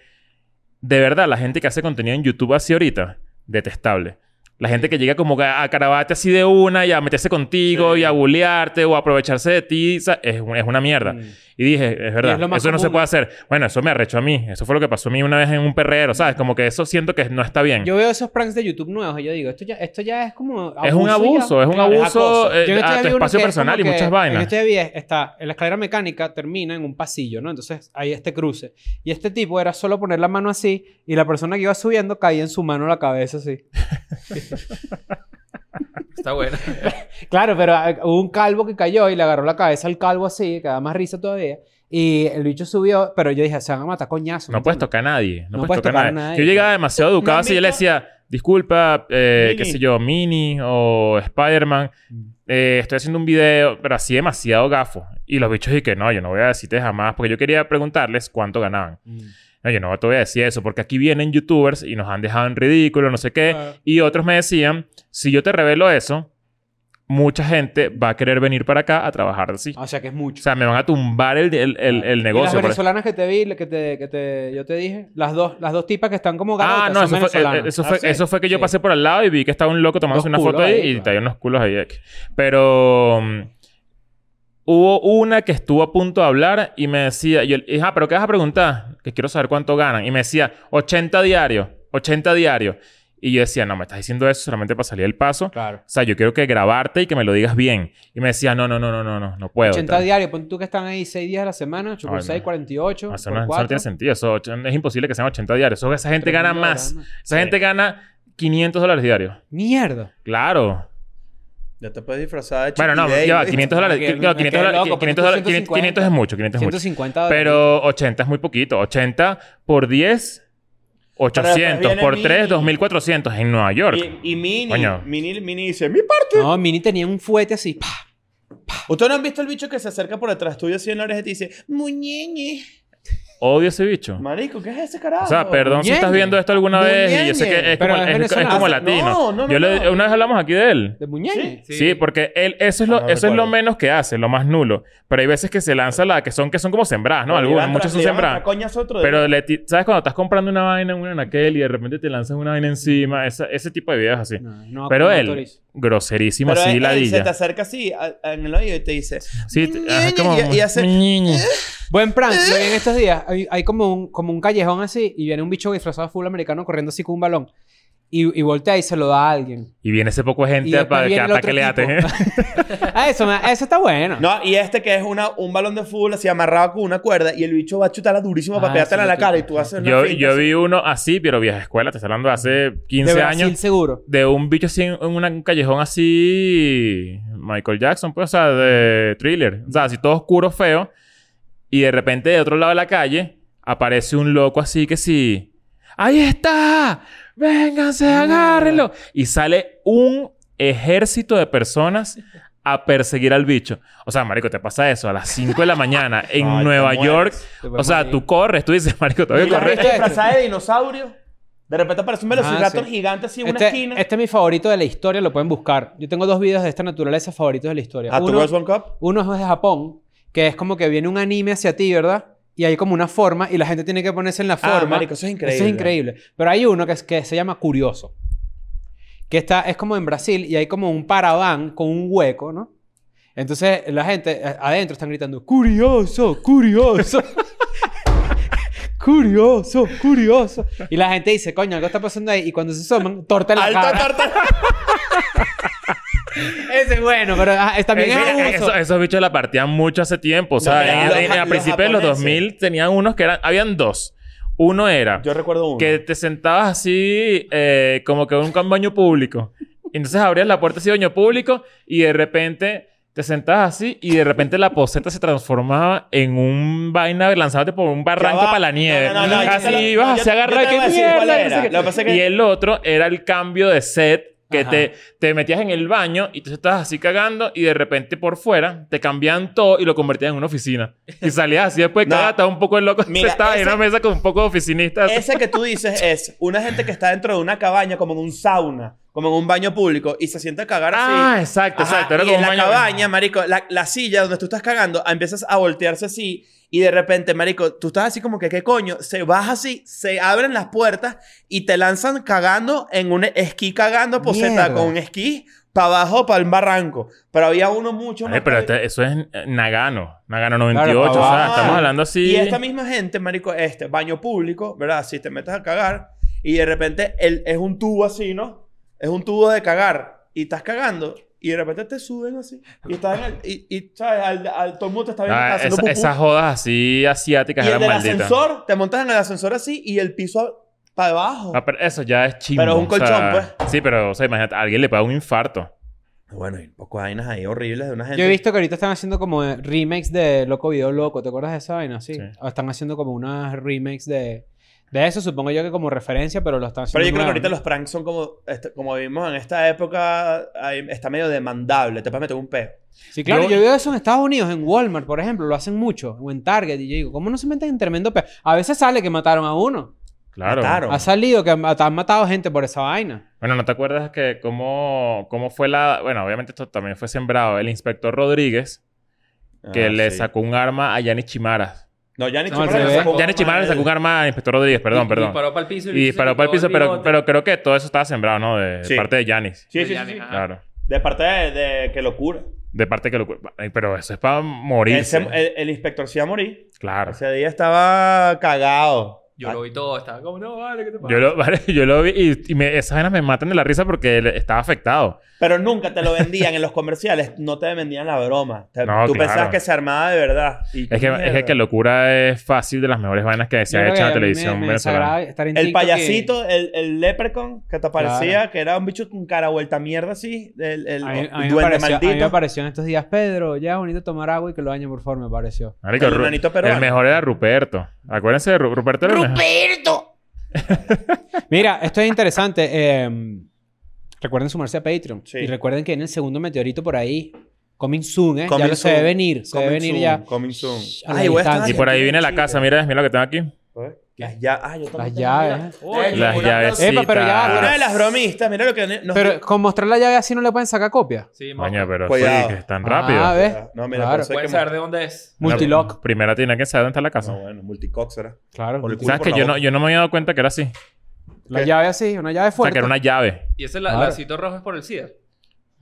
Speaker 2: de verdad, la gente que hace contenido en YouTube así ahorita, detestable. La gente que llega como que a carabate así de una y a meterse contigo
Speaker 3: Sí.
Speaker 2: y a bulearte o a aprovecharse de ti, sa- es, un- es una mierda.
Speaker 1: Mm.
Speaker 2: Y dije, es
Speaker 1: Y
Speaker 2: verdad,
Speaker 1: es lo más
Speaker 2: eso no se
Speaker 1: común.
Speaker 2: puede hacer. Bueno, eso me arrechó a mí. Eso fue lo que pasó a mí una vez en un perrero, ¿sabes? Como que eso siento que no está bien.
Speaker 1: Yo veo esos pranks de YouTube nuevos y yo digo, esto ya, esto ya es como...
Speaker 2: es un
Speaker 1: ya.
Speaker 2: abuso, es un
Speaker 3: Claro, es
Speaker 2: abuso
Speaker 3: acoso.
Speaker 2: eh,
Speaker 1: Yo en estos
Speaker 2: a
Speaker 1: días
Speaker 2: tu
Speaker 1: vi uno
Speaker 2: espacio
Speaker 1: que es
Speaker 2: personal y
Speaker 1: como que-
Speaker 2: muchas
Speaker 1: En
Speaker 2: vainas.
Speaker 1: estos días vi, está, en la escalera mecánica termina en un pasillo, ¿no? Entonces hay este cruce. Y este tipo era solo poner la mano así y la persona que iba subiendo caía en su mano la cabeza así.
Speaker 4: Está bueno.
Speaker 1: Claro, pero eh, hubo un calvo que cayó y le agarró la cabeza al calvo así, que da más risa todavía. Y el bicho subió, pero yo dije, se van a matar coñazo.
Speaker 2: No puedes tocar a nadie. No, puedes tocar a nadie.
Speaker 1: nadie,
Speaker 2: Yo
Speaker 1: claro.
Speaker 2: llegaba demasiado educado así y yo le decía, disculpa, eh, qué
Speaker 3: Mini.
Speaker 2: sé yo, Mini o Spider-Man. eh, estoy haciendo un video, pero así demasiado gafo. Y los bichos dije, no, yo no voy a decirte jamás, porque yo quería preguntarles cuánto ganaban. No, yo no te voy a decir eso, porque aquí vienen youtubers y nos han dejado en ridículo, no sé
Speaker 1: eh.
Speaker 2: qué.
Speaker 1: Ah.
Speaker 2: Y otros me decían, si yo te revelo eso, mucha gente va a querer venir para acá a trabajar así.
Speaker 1: O sea que es
Speaker 2: O
Speaker 1: mucho.
Speaker 2: sea, me van a tumbar el, el, el- el
Speaker 1: Y
Speaker 2: negocio.
Speaker 1: las
Speaker 2: por-
Speaker 1: venezolanas que te vi, le- que, te, que te, yo te dije, las dos, las dos tipas que están como
Speaker 2: Ah,
Speaker 1: garotas son
Speaker 2: no, eso fue, eh,
Speaker 1: venezolanas.
Speaker 2: eso, fue,
Speaker 3: Ah, sí.
Speaker 2: eso fue que yo
Speaker 1: Sí.
Speaker 2: pasé por al lado y vi que estaba un loco tomándose
Speaker 1: Dos
Speaker 2: una foto
Speaker 1: culos
Speaker 2: ahí,
Speaker 1: ahí, pues.
Speaker 2: y
Speaker 1: claro.
Speaker 2: traía unos culos ahí. aquí. Pero mm, hubo una que estuvo a punto de hablar y me decía, yo, le dije, ah, pero ¿qué vas a preguntar? Que quiero saber cuánto ganan. Y me decía, 80 diarios, 80 diarios. Y yo decía, no, me estás diciendo eso solamente para salir del paso.
Speaker 1: Claro.
Speaker 2: O sea, yo quiero que grabarte y que me lo digas bien. Y me decía, no, no, no, no, no, no, no puedo.
Speaker 1: 80
Speaker 2: tal.
Speaker 1: diarios, pon tú que están ahí 6 días a la semana, yo
Speaker 2: Ay,
Speaker 1: por
Speaker 2: no.
Speaker 1: 6, 48,
Speaker 2: No, Eso
Speaker 1: por
Speaker 2: no, eso no
Speaker 1: cuatro,
Speaker 2: tiene sentido. Eso, ocho- es imposible que sean 80 diarios. Eso- esa gente
Speaker 1: tres
Speaker 2: gana
Speaker 1: mil dólares,
Speaker 2: más.
Speaker 1: ¿no?
Speaker 2: Esa
Speaker 3: Sí.
Speaker 2: gente gana 500 dólares diarios.
Speaker 1: Mierda.
Speaker 2: Claro.
Speaker 3: Ya te puedes disfrazar de
Speaker 2: Bueno, no,
Speaker 3: Chiqui
Speaker 2: ya va,
Speaker 3: Dale.
Speaker 2: 500 dólares.
Speaker 1: Me quedé-
Speaker 2: no,
Speaker 1: me
Speaker 2: 500
Speaker 1: quedé
Speaker 2: dólares.
Speaker 1: loco,
Speaker 2: 500 dólares. 500 500 es mucho, 500 es mucho.
Speaker 1: 150 dólares.
Speaker 2: Pero 80 es muy poquito. 80 por 10,
Speaker 3: después
Speaker 2: 800.
Speaker 3: viene
Speaker 2: Por
Speaker 3: mi-
Speaker 2: 3, 2400 en Nueva York.
Speaker 3: Y, y Mini,
Speaker 2: Coño.
Speaker 3: Mini, Mini dice, mi parte.
Speaker 1: No, Mini tenía un fuete así. pa.
Speaker 3: ¿Ustedes no han visto el bicho que se acerca por detrás tuyo así en la oreja y te dice, muñeñe?
Speaker 2: Odio ese bicho.
Speaker 3: Marico, ¿qué es ese carajo?
Speaker 2: O sea, perdón si
Speaker 1: Muñeñe.
Speaker 2: estás viendo esto alguna vez y yo sé que
Speaker 3: Muñeñe.
Speaker 2: es como,
Speaker 1: Pero es
Speaker 2: es- es
Speaker 1: venezolano.
Speaker 2: como
Speaker 1: Ah,
Speaker 2: latino.
Speaker 3: no, no, no,
Speaker 2: Yo le-
Speaker 3: no.
Speaker 2: Una vez hablamos aquí de él.
Speaker 1: De muñeñe.
Speaker 4: Sí.
Speaker 2: Sí, porque él, eso es lo,
Speaker 3: Ah, no
Speaker 2: eso es lo
Speaker 3: recuerdo.
Speaker 2: menos que hace, lo más nulo. Pero hay veces que se lanza la que son que son como sembradas, ¿no?
Speaker 3: Le
Speaker 2: Algunas,
Speaker 3: van tras-
Speaker 2: muchas son
Speaker 3: le van a
Speaker 2: sembradas.
Speaker 3: tras coñazo otro día.
Speaker 2: Pero le ti- sabes cuando estás comprando una vaina, una en aquel y de repente te lanzan una vaina encima, Esa- ese tipo de videos así.
Speaker 1: No, no,
Speaker 2: Pero
Speaker 1: no
Speaker 2: él,
Speaker 1: autorizo.
Speaker 2: groserísimo,
Speaker 3: Pero
Speaker 2: así
Speaker 3: él, él se te
Speaker 2: ladilla.
Speaker 3: acerca así a- a- en el oído y te dice,
Speaker 2: Sí, te- ajá,
Speaker 3: Ñe,
Speaker 2: como-
Speaker 3: Ñe, y hace-
Speaker 2: Ñe.
Speaker 1: Buen prank. Lo vi en estos días. Hay, hay como, un, como un callejón así y viene un bicho disfrazado de full americano corriendo así con un balón. Y, y voltea y se lo da a alguien.
Speaker 2: Y viene ese poco de
Speaker 1: Y
Speaker 2: gente
Speaker 1: después
Speaker 2: para que
Speaker 1: viene el otro
Speaker 2: ataque le ate. ¿eh?
Speaker 1: tipo. Ah, eso, me- eso está bueno.
Speaker 3: no, y este que es una, un balón de fútbol así amarrado con una cuerda y el bicho va a chutarla durísimo
Speaker 1: Ah,
Speaker 3: para pegártela
Speaker 1: sí,
Speaker 3: en la
Speaker 1: tú-
Speaker 3: cara y tú haces una
Speaker 2: Yo,
Speaker 3: finta
Speaker 2: yo
Speaker 3: así.
Speaker 2: vi uno así, pero vieja escuela, te estoy hablando de hace
Speaker 1: de
Speaker 2: 15
Speaker 1: Brasil
Speaker 2: años.
Speaker 1: seguro.
Speaker 2: de un bicho así en en una- un callejón así. Michael Jackson, pues, o sea, de thriller. O sea, así todo oscuro, feo. Y de repente, de otro lado de la calle, aparece un loco así que sí. ¡Ahí está! ¡Vénganse, agárrenlo! Y sale un ejército de personas a perseguir al bicho. O sea, marico, te pasa eso a las 5 de la mañana en
Speaker 3: Ay, te
Speaker 2: Nueva
Speaker 3: mueres.
Speaker 2: York. O sea,
Speaker 1: morir.
Speaker 2: tú corres, tú dices, marico,
Speaker 3: Y
Speaker 2: todavía
Speaker 3: la
Speaker 2: corres.
Speaker 3: gente disfrazada este de dinosaurio. De repente aparece un velociraptor
Speaker 1: Ah, sí.
Speaker 3: gigante así en una
Speaker 1: Este,
Speaker 3: esquina.
Speaker 1: este es mi favorito de la historia, lo pueden buscar. Yo tengo dos videos de esta naturaleza favoritos de la historia.
Speaker 3: ¿A tu
Speaker 1: Uno,
Speaker 3: Girls One Cup?
Speaker 1: uno es de Japón, que es como que viene un anime hacia ti, ¿verdad? Y hay como una forma y la gente tiene que ponerse en la
Speaker 3: Ah,
Speaker 1: forma.
Speaker 3: marico, eso es increíble.
Speaker 1: Eso es increíble. Pero hay uno que, es- que se llama Curioso. Que está, es como en Brasil y hay como un paraván con un hueco, ¿no? Entonces la gente a- adentro están gritando, curioso, curioso. Curioso, curioso. Y la gente dice, coño, algo está pasando ahí. Y cuando se asoman, torta en la
Speaker 3: Alta
Speaker 1: cara.
Speaker 3: tarta.
Speaker 1: Ese es bueno, pero ajá, es- también
Speaker 2: Eh, Mira,
Speaker 1: es
Speaker 2: eso-
Speaker 1: abuso.
Speaker 2: esos bichos la partían mucho hace tiempo. O sea,
Speaker 3: No,
Speaker 2: en-
Speaker 3: los
Speaker 2: en-
Speaker 3: ja-
Speaker 2: a
Speaker 3: los
Speaker 2: principios de los
Speaker 3: japoneses.
Speaker 2: 2000 tenían unos que eran... Habían dos. Uno era
Speaker 3: Yo recuerdo uno.
Speaker 2: que te sentabas así eh, como que en un baño público. Entonces abrías la puerta así, baño público, y de repente te sentabas así y de repente la poseta se transformaba en un vaina lanzándote por un barranco
Speaker 3: Ya va.
Speaker 2: para la nieve.
Speaker 3: No, no, no, no,
Speaker 2: así
Speaker 3: yo te lo-
Speaker 2: ibas
Speaker 3: no, yo-
Speaker 2: así
Speaker 3: yo
Speaker 2: agarrado.
Speaker 3: te
Speaker 2: ¿qué
Speaker 3: voy a decir
Speaker 2: mierda?
Speaker 3: cuál
Speaker 2: No sé
Speaker 3: era.
Speaker 2: qué.
Speaker 3: Lo que pasa es que-
Speaker 2: Y el otro era el cambio de set que
Speaker 1: Ajá.
Speaker 2: te, te metías en el baño y tú estabas así cagando y de repente por fuera te cambiaban todo y lo convertían en una oficina. Y salías así después de
Speaker 3: No.
Speaker 2: cagar, estaba un poco loco.
Speaker 3: Mira,
Speaker 2: estaba en
Speaker 3: ese-
Speaker 2: una mesa con un poco de oficinistas.
Speaker 3: Ese que tú dices es una gente que está dentro de una cabaña, como en un sauna, como en un baño público, y se sienta a cagar así.
Speaker 2: Ah, exacto,
Speaker 3: Ajá,
Speaker 2: exacto. Era
Speaker 3: y
Speaker 2: como
Speaker 3: en
Speaker 2: un
Speaker 3: la
Speaker 2: baño-
Speaker 3: cabaña, marico, la, la silla donde tú estás cagando, empiezas a voltearse así y de repente, marico, tú estás así como que, ¿qué coño? Se baja así, se abren las puertas y te lanzan cagando en un esquí cagando poseta
Speaker 1: Mierda.
Speaker 3: con un esquí para abajo, para el barranco. Pero había uno mucho más...
Speaker 2: Ay, pero
Speaker 3: cabezón.
Speaker 2: este- eso es eh, Nagano. Nagano 98.
Speaker 1: Claro,
Speaker 2: o sea,
Speaker 1: ah,
Speaker 2: estamos hablando así.
Speaker 3: Y esta misma gente, marico, este, baño público, ¿verdad? Si te metes a cagar y de repente el- es un tubo así, ¿no? Es un tubo de cagar y estás cagando y de repente te suben así y estás en el... Y, y, ¿sabes? Al, al- todo el mundo te está viendo
Speaker 2: Ah,
Speaker 3: estás haciendo
Speaker 2: esa-
Speaker 3: pupú.
Speaker 2: esas jodas así asiáticas
Speaker 3: Y el
Speaker 2: eran
Speaker 3: del
Speaker 2: malditas.
Speaker 3: ascensor, te montas en el ascensor así y el piso para abajo.
Speaker 2: Ah, pero eso ya es chimbo.
Speaker 3: Pero es un
Speaker 2: o sea,
Speaker 3: colchón, pues.
Speaker 2: Sí, pero, o sea, imagínate, a alguien le paga un infarto.
Speaker 3: Bueno, y un poco de vainas ahí horribles de una gente...
Speaker 1: Yo he visto que ahorita están haciendo como eh, remakes de Loco Video Loco. ¿Te acuerdas de esa vaina? Sí.
Speaker 2: Sí.
Speaker 1: O están haciendo como unas remakes de... De eso supongo yo que como referencia, pero lo están haciendo
Speaker 3: Pero yo creo que
Speaker 1: nuevo,
Speaker 3: ahorita
Speaker 1: ¿no?
Speaker 3: los pranks son como... este, como vimos en esta época, ahí está medio demandable. Te puedes meter un peo.
Speaker 1: Sí, claro.
Speaker 2: Yo-
Speaker 1: Yo, veo eso en Estados Unidos, en Walmart, por ejemplo. Lo hacen mucho. O en Target. Y yo digo, ¿cómo no se meten en tremendo pe... A veces sale que mataron a uno.
Speaker 2: Claro.
Speaker 3: Mataron.
Speaker 1: Ha salido que han, han matado gente por esa vaina.
Speaker 2: Bueno, ¿no te acuerdas que cómo, cómo fue la. Bueno, obviamente esto también fue sembrado. El inspector Rodríguez que
Speaker 3: Ah,
Speaker 2: le
Speaker 3: sí.
Speaker 2: sacó un arma a Yanis Chimaras.
Speaker 3: No, Yanni
Speaker 1: No,
Speaker 3: Chimara
Speaker 1: al
Speaker 3: le
Speaker 1: revés.
Speaker 3: sacó un
Speaker 2: Yanis
Speaker 3: arma a
Speaker 2: Chimaras le
Speaker 3: él.
Speaker 2: sacó un arma al inspector Rodríguez, perdón,
Speaker 4: Y-
Speaker 2: perdón.
Speaker 4: Y disparó para el piso.
Speaker 2: Y disparó para el piso, pero, pero creo que todo eso estaba sembrado, ¿no? De
Speaker 3: Sí.
Speaker 2: parte de Yanis.
Speaker 3: Sí, sí, sí, sí.
Speaker 4: Ah.
Speaker 2: Claro.
Speaker 3: De parte de, de- qué locura.
Speaker 2: De parte que lo... Ay, Pero eso es para morir.
Speaker 3: Él se- el, el inspector se iba a morir.
Speaker 2: Claro.
Speaker 3: Ese día estaba cagado.
Speaker 4: Yo lo vi todo. Estaba como, no, vale, ¿qué te pasa?
Speaker 2: Yo lo, vale, yo lo vi y, y me- esas venas me matan de la risa porque él estaba afectado.
Speaker 3: Pero nunca te lo vendían en los comerciales. No te vendían la broma. Te-
Speaker 2: No,
Speaker 3: tú
Speaker 2: claro.
Speaker 3: pensabas que se armaba de verdad. Y
Speaker 2: Es que, es que, que locura es fácil de las mejores vainas que se
Speaker 1: Yo
Speaker 2: ha
Speaker 1: creo
Speaker 2: hecho
Speaker 1: que
Speaker 2: en
Speaker 1: a
Speaker 2: la
Speaker 1: mí
Speaker 2: televisión
Speaker 1: me- me
Speaker 2: venezolana.
Speaker 1: desagrada estar en
Speaker 3: El
Speaker 1: TikTok y-
Speaker 3: payasito, el, el leprechaun, que te parecía
Speaker 1: Claro.
Speaker 3: que era un bicho con cara vuelta mierda así. El, el,
Speaker 1: A mí, a mí
Speaker 3: el
Speaker 1: me
Speaker 3: duende
Speaker 1: pareció, a mí me
Speaker 3: maldito.
Speaker 1: apareció en estos días, Pedro, ya es bonito tomar agua y que lo bañe, por favor, me pareció.
Speaker 2: Marico,
Speaker 3: El
Speaker 2: Ru-
Speaker 3: enanito peruano.
Speaker 2: el mejor era Ruperto. Acuérdense de Ru- Ruperto. Era el mejor.
Speaker 1: Mira, esto es interesante. eh, recuerden sumarse a Patreon.
Speaker 3: Sí.
Speaker 1: Y recuerden que viene el segundo meteorito por ahí. Coming soon, ¿eh?
Speaker 3: Coming
Speaker 1: ya lo se
Speaker 3: soon.
Speaker 1: debe venir. Se debe
Speaker 3: Coming
Speaker 1: venir
Speaker 3: soon,
Speaker 1: ya.
Speaker 3: Coming soon.
Speaker 1: A la
Speaker 3: Ay, voy a estar
Speaker 1: distancia.
Speaker 2: Y por ahí viene la
Speaker 3: Chile.
Speaker 2: casa. Mira, mira lo que tengo aquí.
Speaker 3: Las llaves. Ah, yo
Speaker 1: Las
Speaker 3: también tengo, mira.
Speaker 1: llaves. ¿eh?
Speaker 4: Oye,
Speaker 2: Las
Speaker 4: una-
Speaker 2: llaves.
Speaker 1: Epa, pero ya va,
Speaker 3: Una de las bromistas, mira lo que nos
Speaker 1: Pero con mostrar la llave así no le pueden sacar copia.
Speaker 4: Sí, mo-
Speaker 2: Coño, pero
Speaker 3: Cuidado.
Speaker 2: sí, que es tan
Speaker 1: Ah,
Speaker 2: rápido.
Speaker 1: ¿ves?
Speaker 3: No, mira,
Speaker 1: Claro.
Speaker 3: por eso hay
Speaker 4: Pueden
Speaker 3: que
Speaker 4: saber de dónde es.
Speaker 1: Multilock.
Speaker 2: Primera tiene que saber dónde está la casa.
Speaker 3: No, bueno, multicox era.
Speaker 1: Claro.
Speaker 3: Por el culo
Speaker 2: ¿Sabes
Speaker 3: por
Speaker 2: que
Speaker 3: la
Speaker 2: yo no,
Speaker 3: boca.
Speaker 2: yo no me había dado cuenta que era así?
Speaker 1: La llave así, una llave
Speaker 2: O sea, que
Speaker 1: fuerte.
Speaker 2: era una llave.
Speaker 4: Y ese la,
Speaker 2: Ah.
Speaker 1: Claro.
Speaker 4: lacito rojo es por el SIDA.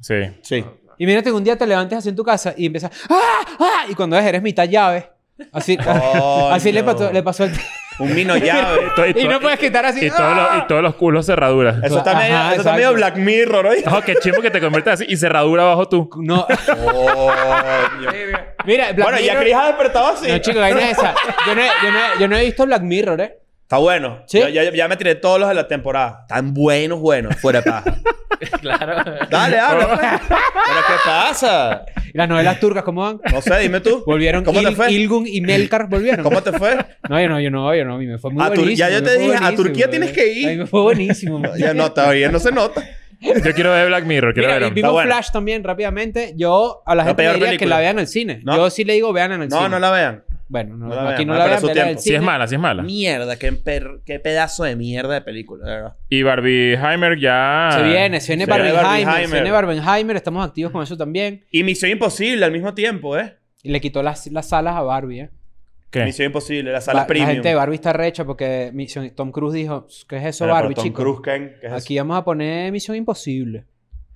Speaker 2: Sí.
Speaker 3: Sí.
Speaker 1: Y mírate que un día te levantes así en tu casa y empiezas... ¡Ah! ¡Ah! Y cuando ves, eres mitad llave. Así, así le, pasó, le pasó el...
Speaker 3: Un mino llave.
Speaker 2: To-
Speaker 1: Y
Speaker 2: to-
Speaker 1: no puedes quitar así. "Ah".
Speaker 2: y todos los, y todos los culos cerraduras.
Speaker 3: Eso está
Speaker 1: Ajá,
Speaker 3: medio, eso está
Speaker 1: exacto.
Speaker 3: medio Black Mirror, ¿oí?
Speaker 2: Ojo, qué chimbo que te conviertes así y cerradura abajo tú.
Speaker 1: No.
Speaker 3: Coño.
Speaker 1: Mira, Black
Speaker 3: bueno, ya
Speaker 1: Mirror-
Speaker 3: Chris ha despertado así.
Speaker 1: No, chico, vaina es esa. Yo no, he, yo, no he- yo no he visto Black Mirror, ¿eh?
Speaker 3: Está bueno.
Speaker 1: Sí.
Speaker 3: Yo- ya, ya me tiré todos los de la temporada. Están buenos, buenos. Fuera de paja.
Speaker 4: claro.
Speaker 3: Dale, habla. pues. ¿Pero qué pasa?
Speaker 1: ¿Y las novelas turcas cómo van?
Speaker 3: No sé, dime tú.
Speaker 1: ¿Volvieron
Speaker 3: ¿Cómo te
Speaker 1: Il-
Speaker 3: fue?
Speaker 1: Ilgun y Melkar? ¿Volvieron?
Speaker 3: ¿Cómo te fue?
Speaker 1: No, yo no, yo no, yo no. A mí me fue muy
Speaker 3: A Tur-
Speaker 1: buenísimo.
Speaker 3: ya yo
Speaker 1: me
Speaker 3: te
Speaker 1: fue
Speaker 3: dije, a
Speaker 1: buenísimo,
Speaker 3: Turquía tienes que ir.
Speaker 1: A mí me fue buenísimo.
Speaker 3: Ya no, todavía no se nota.
Speaker 2: Yo quiero ver Black Mirror, quiero
Speaker 1: Mira, y
Speaker 2: verlo.
Speaker 1: vimos
Speaker 3: bueno.
Speaker 1: Flash también rápidamente. Yo a la
Speaker 3: La
Speaker 1: gente le
Speaker 3: peor
Speaker 1: diría que
Speaker 3: película.
Speaker 1: la vean en el cine.
Speaker 3: No.
Speaker 1: Yo sí le digo, vean en el
Speaker 3: No,
Speaker 1: cine.
Speaker 3: no la vean.
Speaker 1: Bueno, no,
Speaker 3: no la
Speaker 1: aquí
Speaker 3: vean,
Speaker 1: no
Speaker 3: no
Speaker 1: la
Speaker 3: para
Speaker 1: vean,
Speaker 3: su
Speaker 1: vean en el
Speaker 3: tiempo.
Speaker 2: Si
Speaker 1: cine.
Speaker 2: es mala, si es mala.
Speaker 3: Mierda, qué, per- qué pedazo de mierda de película, de verdad.
Speaker 2: Y Barbie Heimer ya.
Speaker 1: Se viene, se viene
Speaker 3: eh, Se viene
Speaker 1: Barbenheimer.
Speaker 3: Barbenheimer.
Speaker 1: Se viene Barbenheimer. Estamos activos con eso también.
Speaker 3: Y Misión Imposible al mismo tiempo, ¿eh?
Speaker 1: Y le quitó las, las salas a Barbie, ¿eh?
Speaker 2: ¿Qué?
Speaker 3: Misión Imposible, la sala
Speaker 1: Ba-
Speaker 3: premium.
Speaker 1: La gente de Barbie está recha porque Misión- Tom Cruise dijo, ¿qué es eso
Speaker 3: Pero por
Speaker 1: Barbie,
Speaker 3: Tom
Speaker 1: chico?
Speaker 3: Cruise, Ken, ¿qué es eso?
Speaker 1: Aquí vamos a poner Misión Imposible.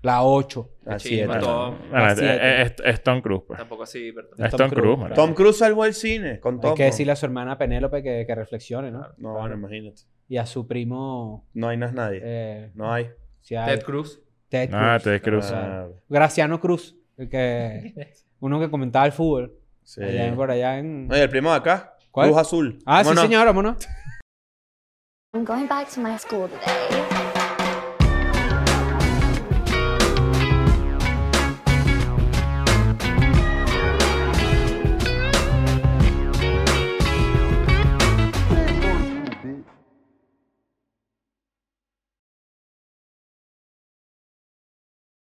Speaker 1: La 8.
Speaker 3: Así
Speaker 4: Sí,
Speaker 3: es,
Speaker 4: mató.
Speaker 3: Tom.
Speaker 2: Bueno, es,
Speaker 1: Así es.
Speaker 2: es- es Tom Cruise, pues.
Speaker 4: Tampoco así, pero...
Speaker 2: Es
Speaker 1: Tom
Speaker 2: Tom
Speaker 1: Cruise.
Speaker 2: Cruise, marico.
Speaker 3: Tom Cruise salvó el cine con Tom.
Speaker 1: Hay que decirle a su hermana Penélope que, que reflexione, ¿no?
Speaker 3: No, bueno, imagínate.
Speaker 1: Y a su primo...
Speaker 3: No hay más nadie.
Speaker 1: eh,
Speaker 3: No hay.
Speaker 1: si hay-
Speaker 4: Ted Cruz.
Speaker 1: Ted
Speaker 2: Ah,
Speaker 1: Cruz.
Speaker 2: Ted Cruz.
Speaker 3: Ah,
Speaker 1: Graciano Cruz, el que, uno que comentaba el fútbol.
Speaker 3: sí.
Speaker 1: Allá en- por allá en...
Speaker 3: Oye, el primo de acá.
Speaker 1: ¿Cuál?
Speaker 3: Cruz Azul.
Speaker 1: Ah, sí,
Speaker 3: Vámonos.
Speaker 1: señor, vámonos.
Speaker 5: I'm going back to my school today.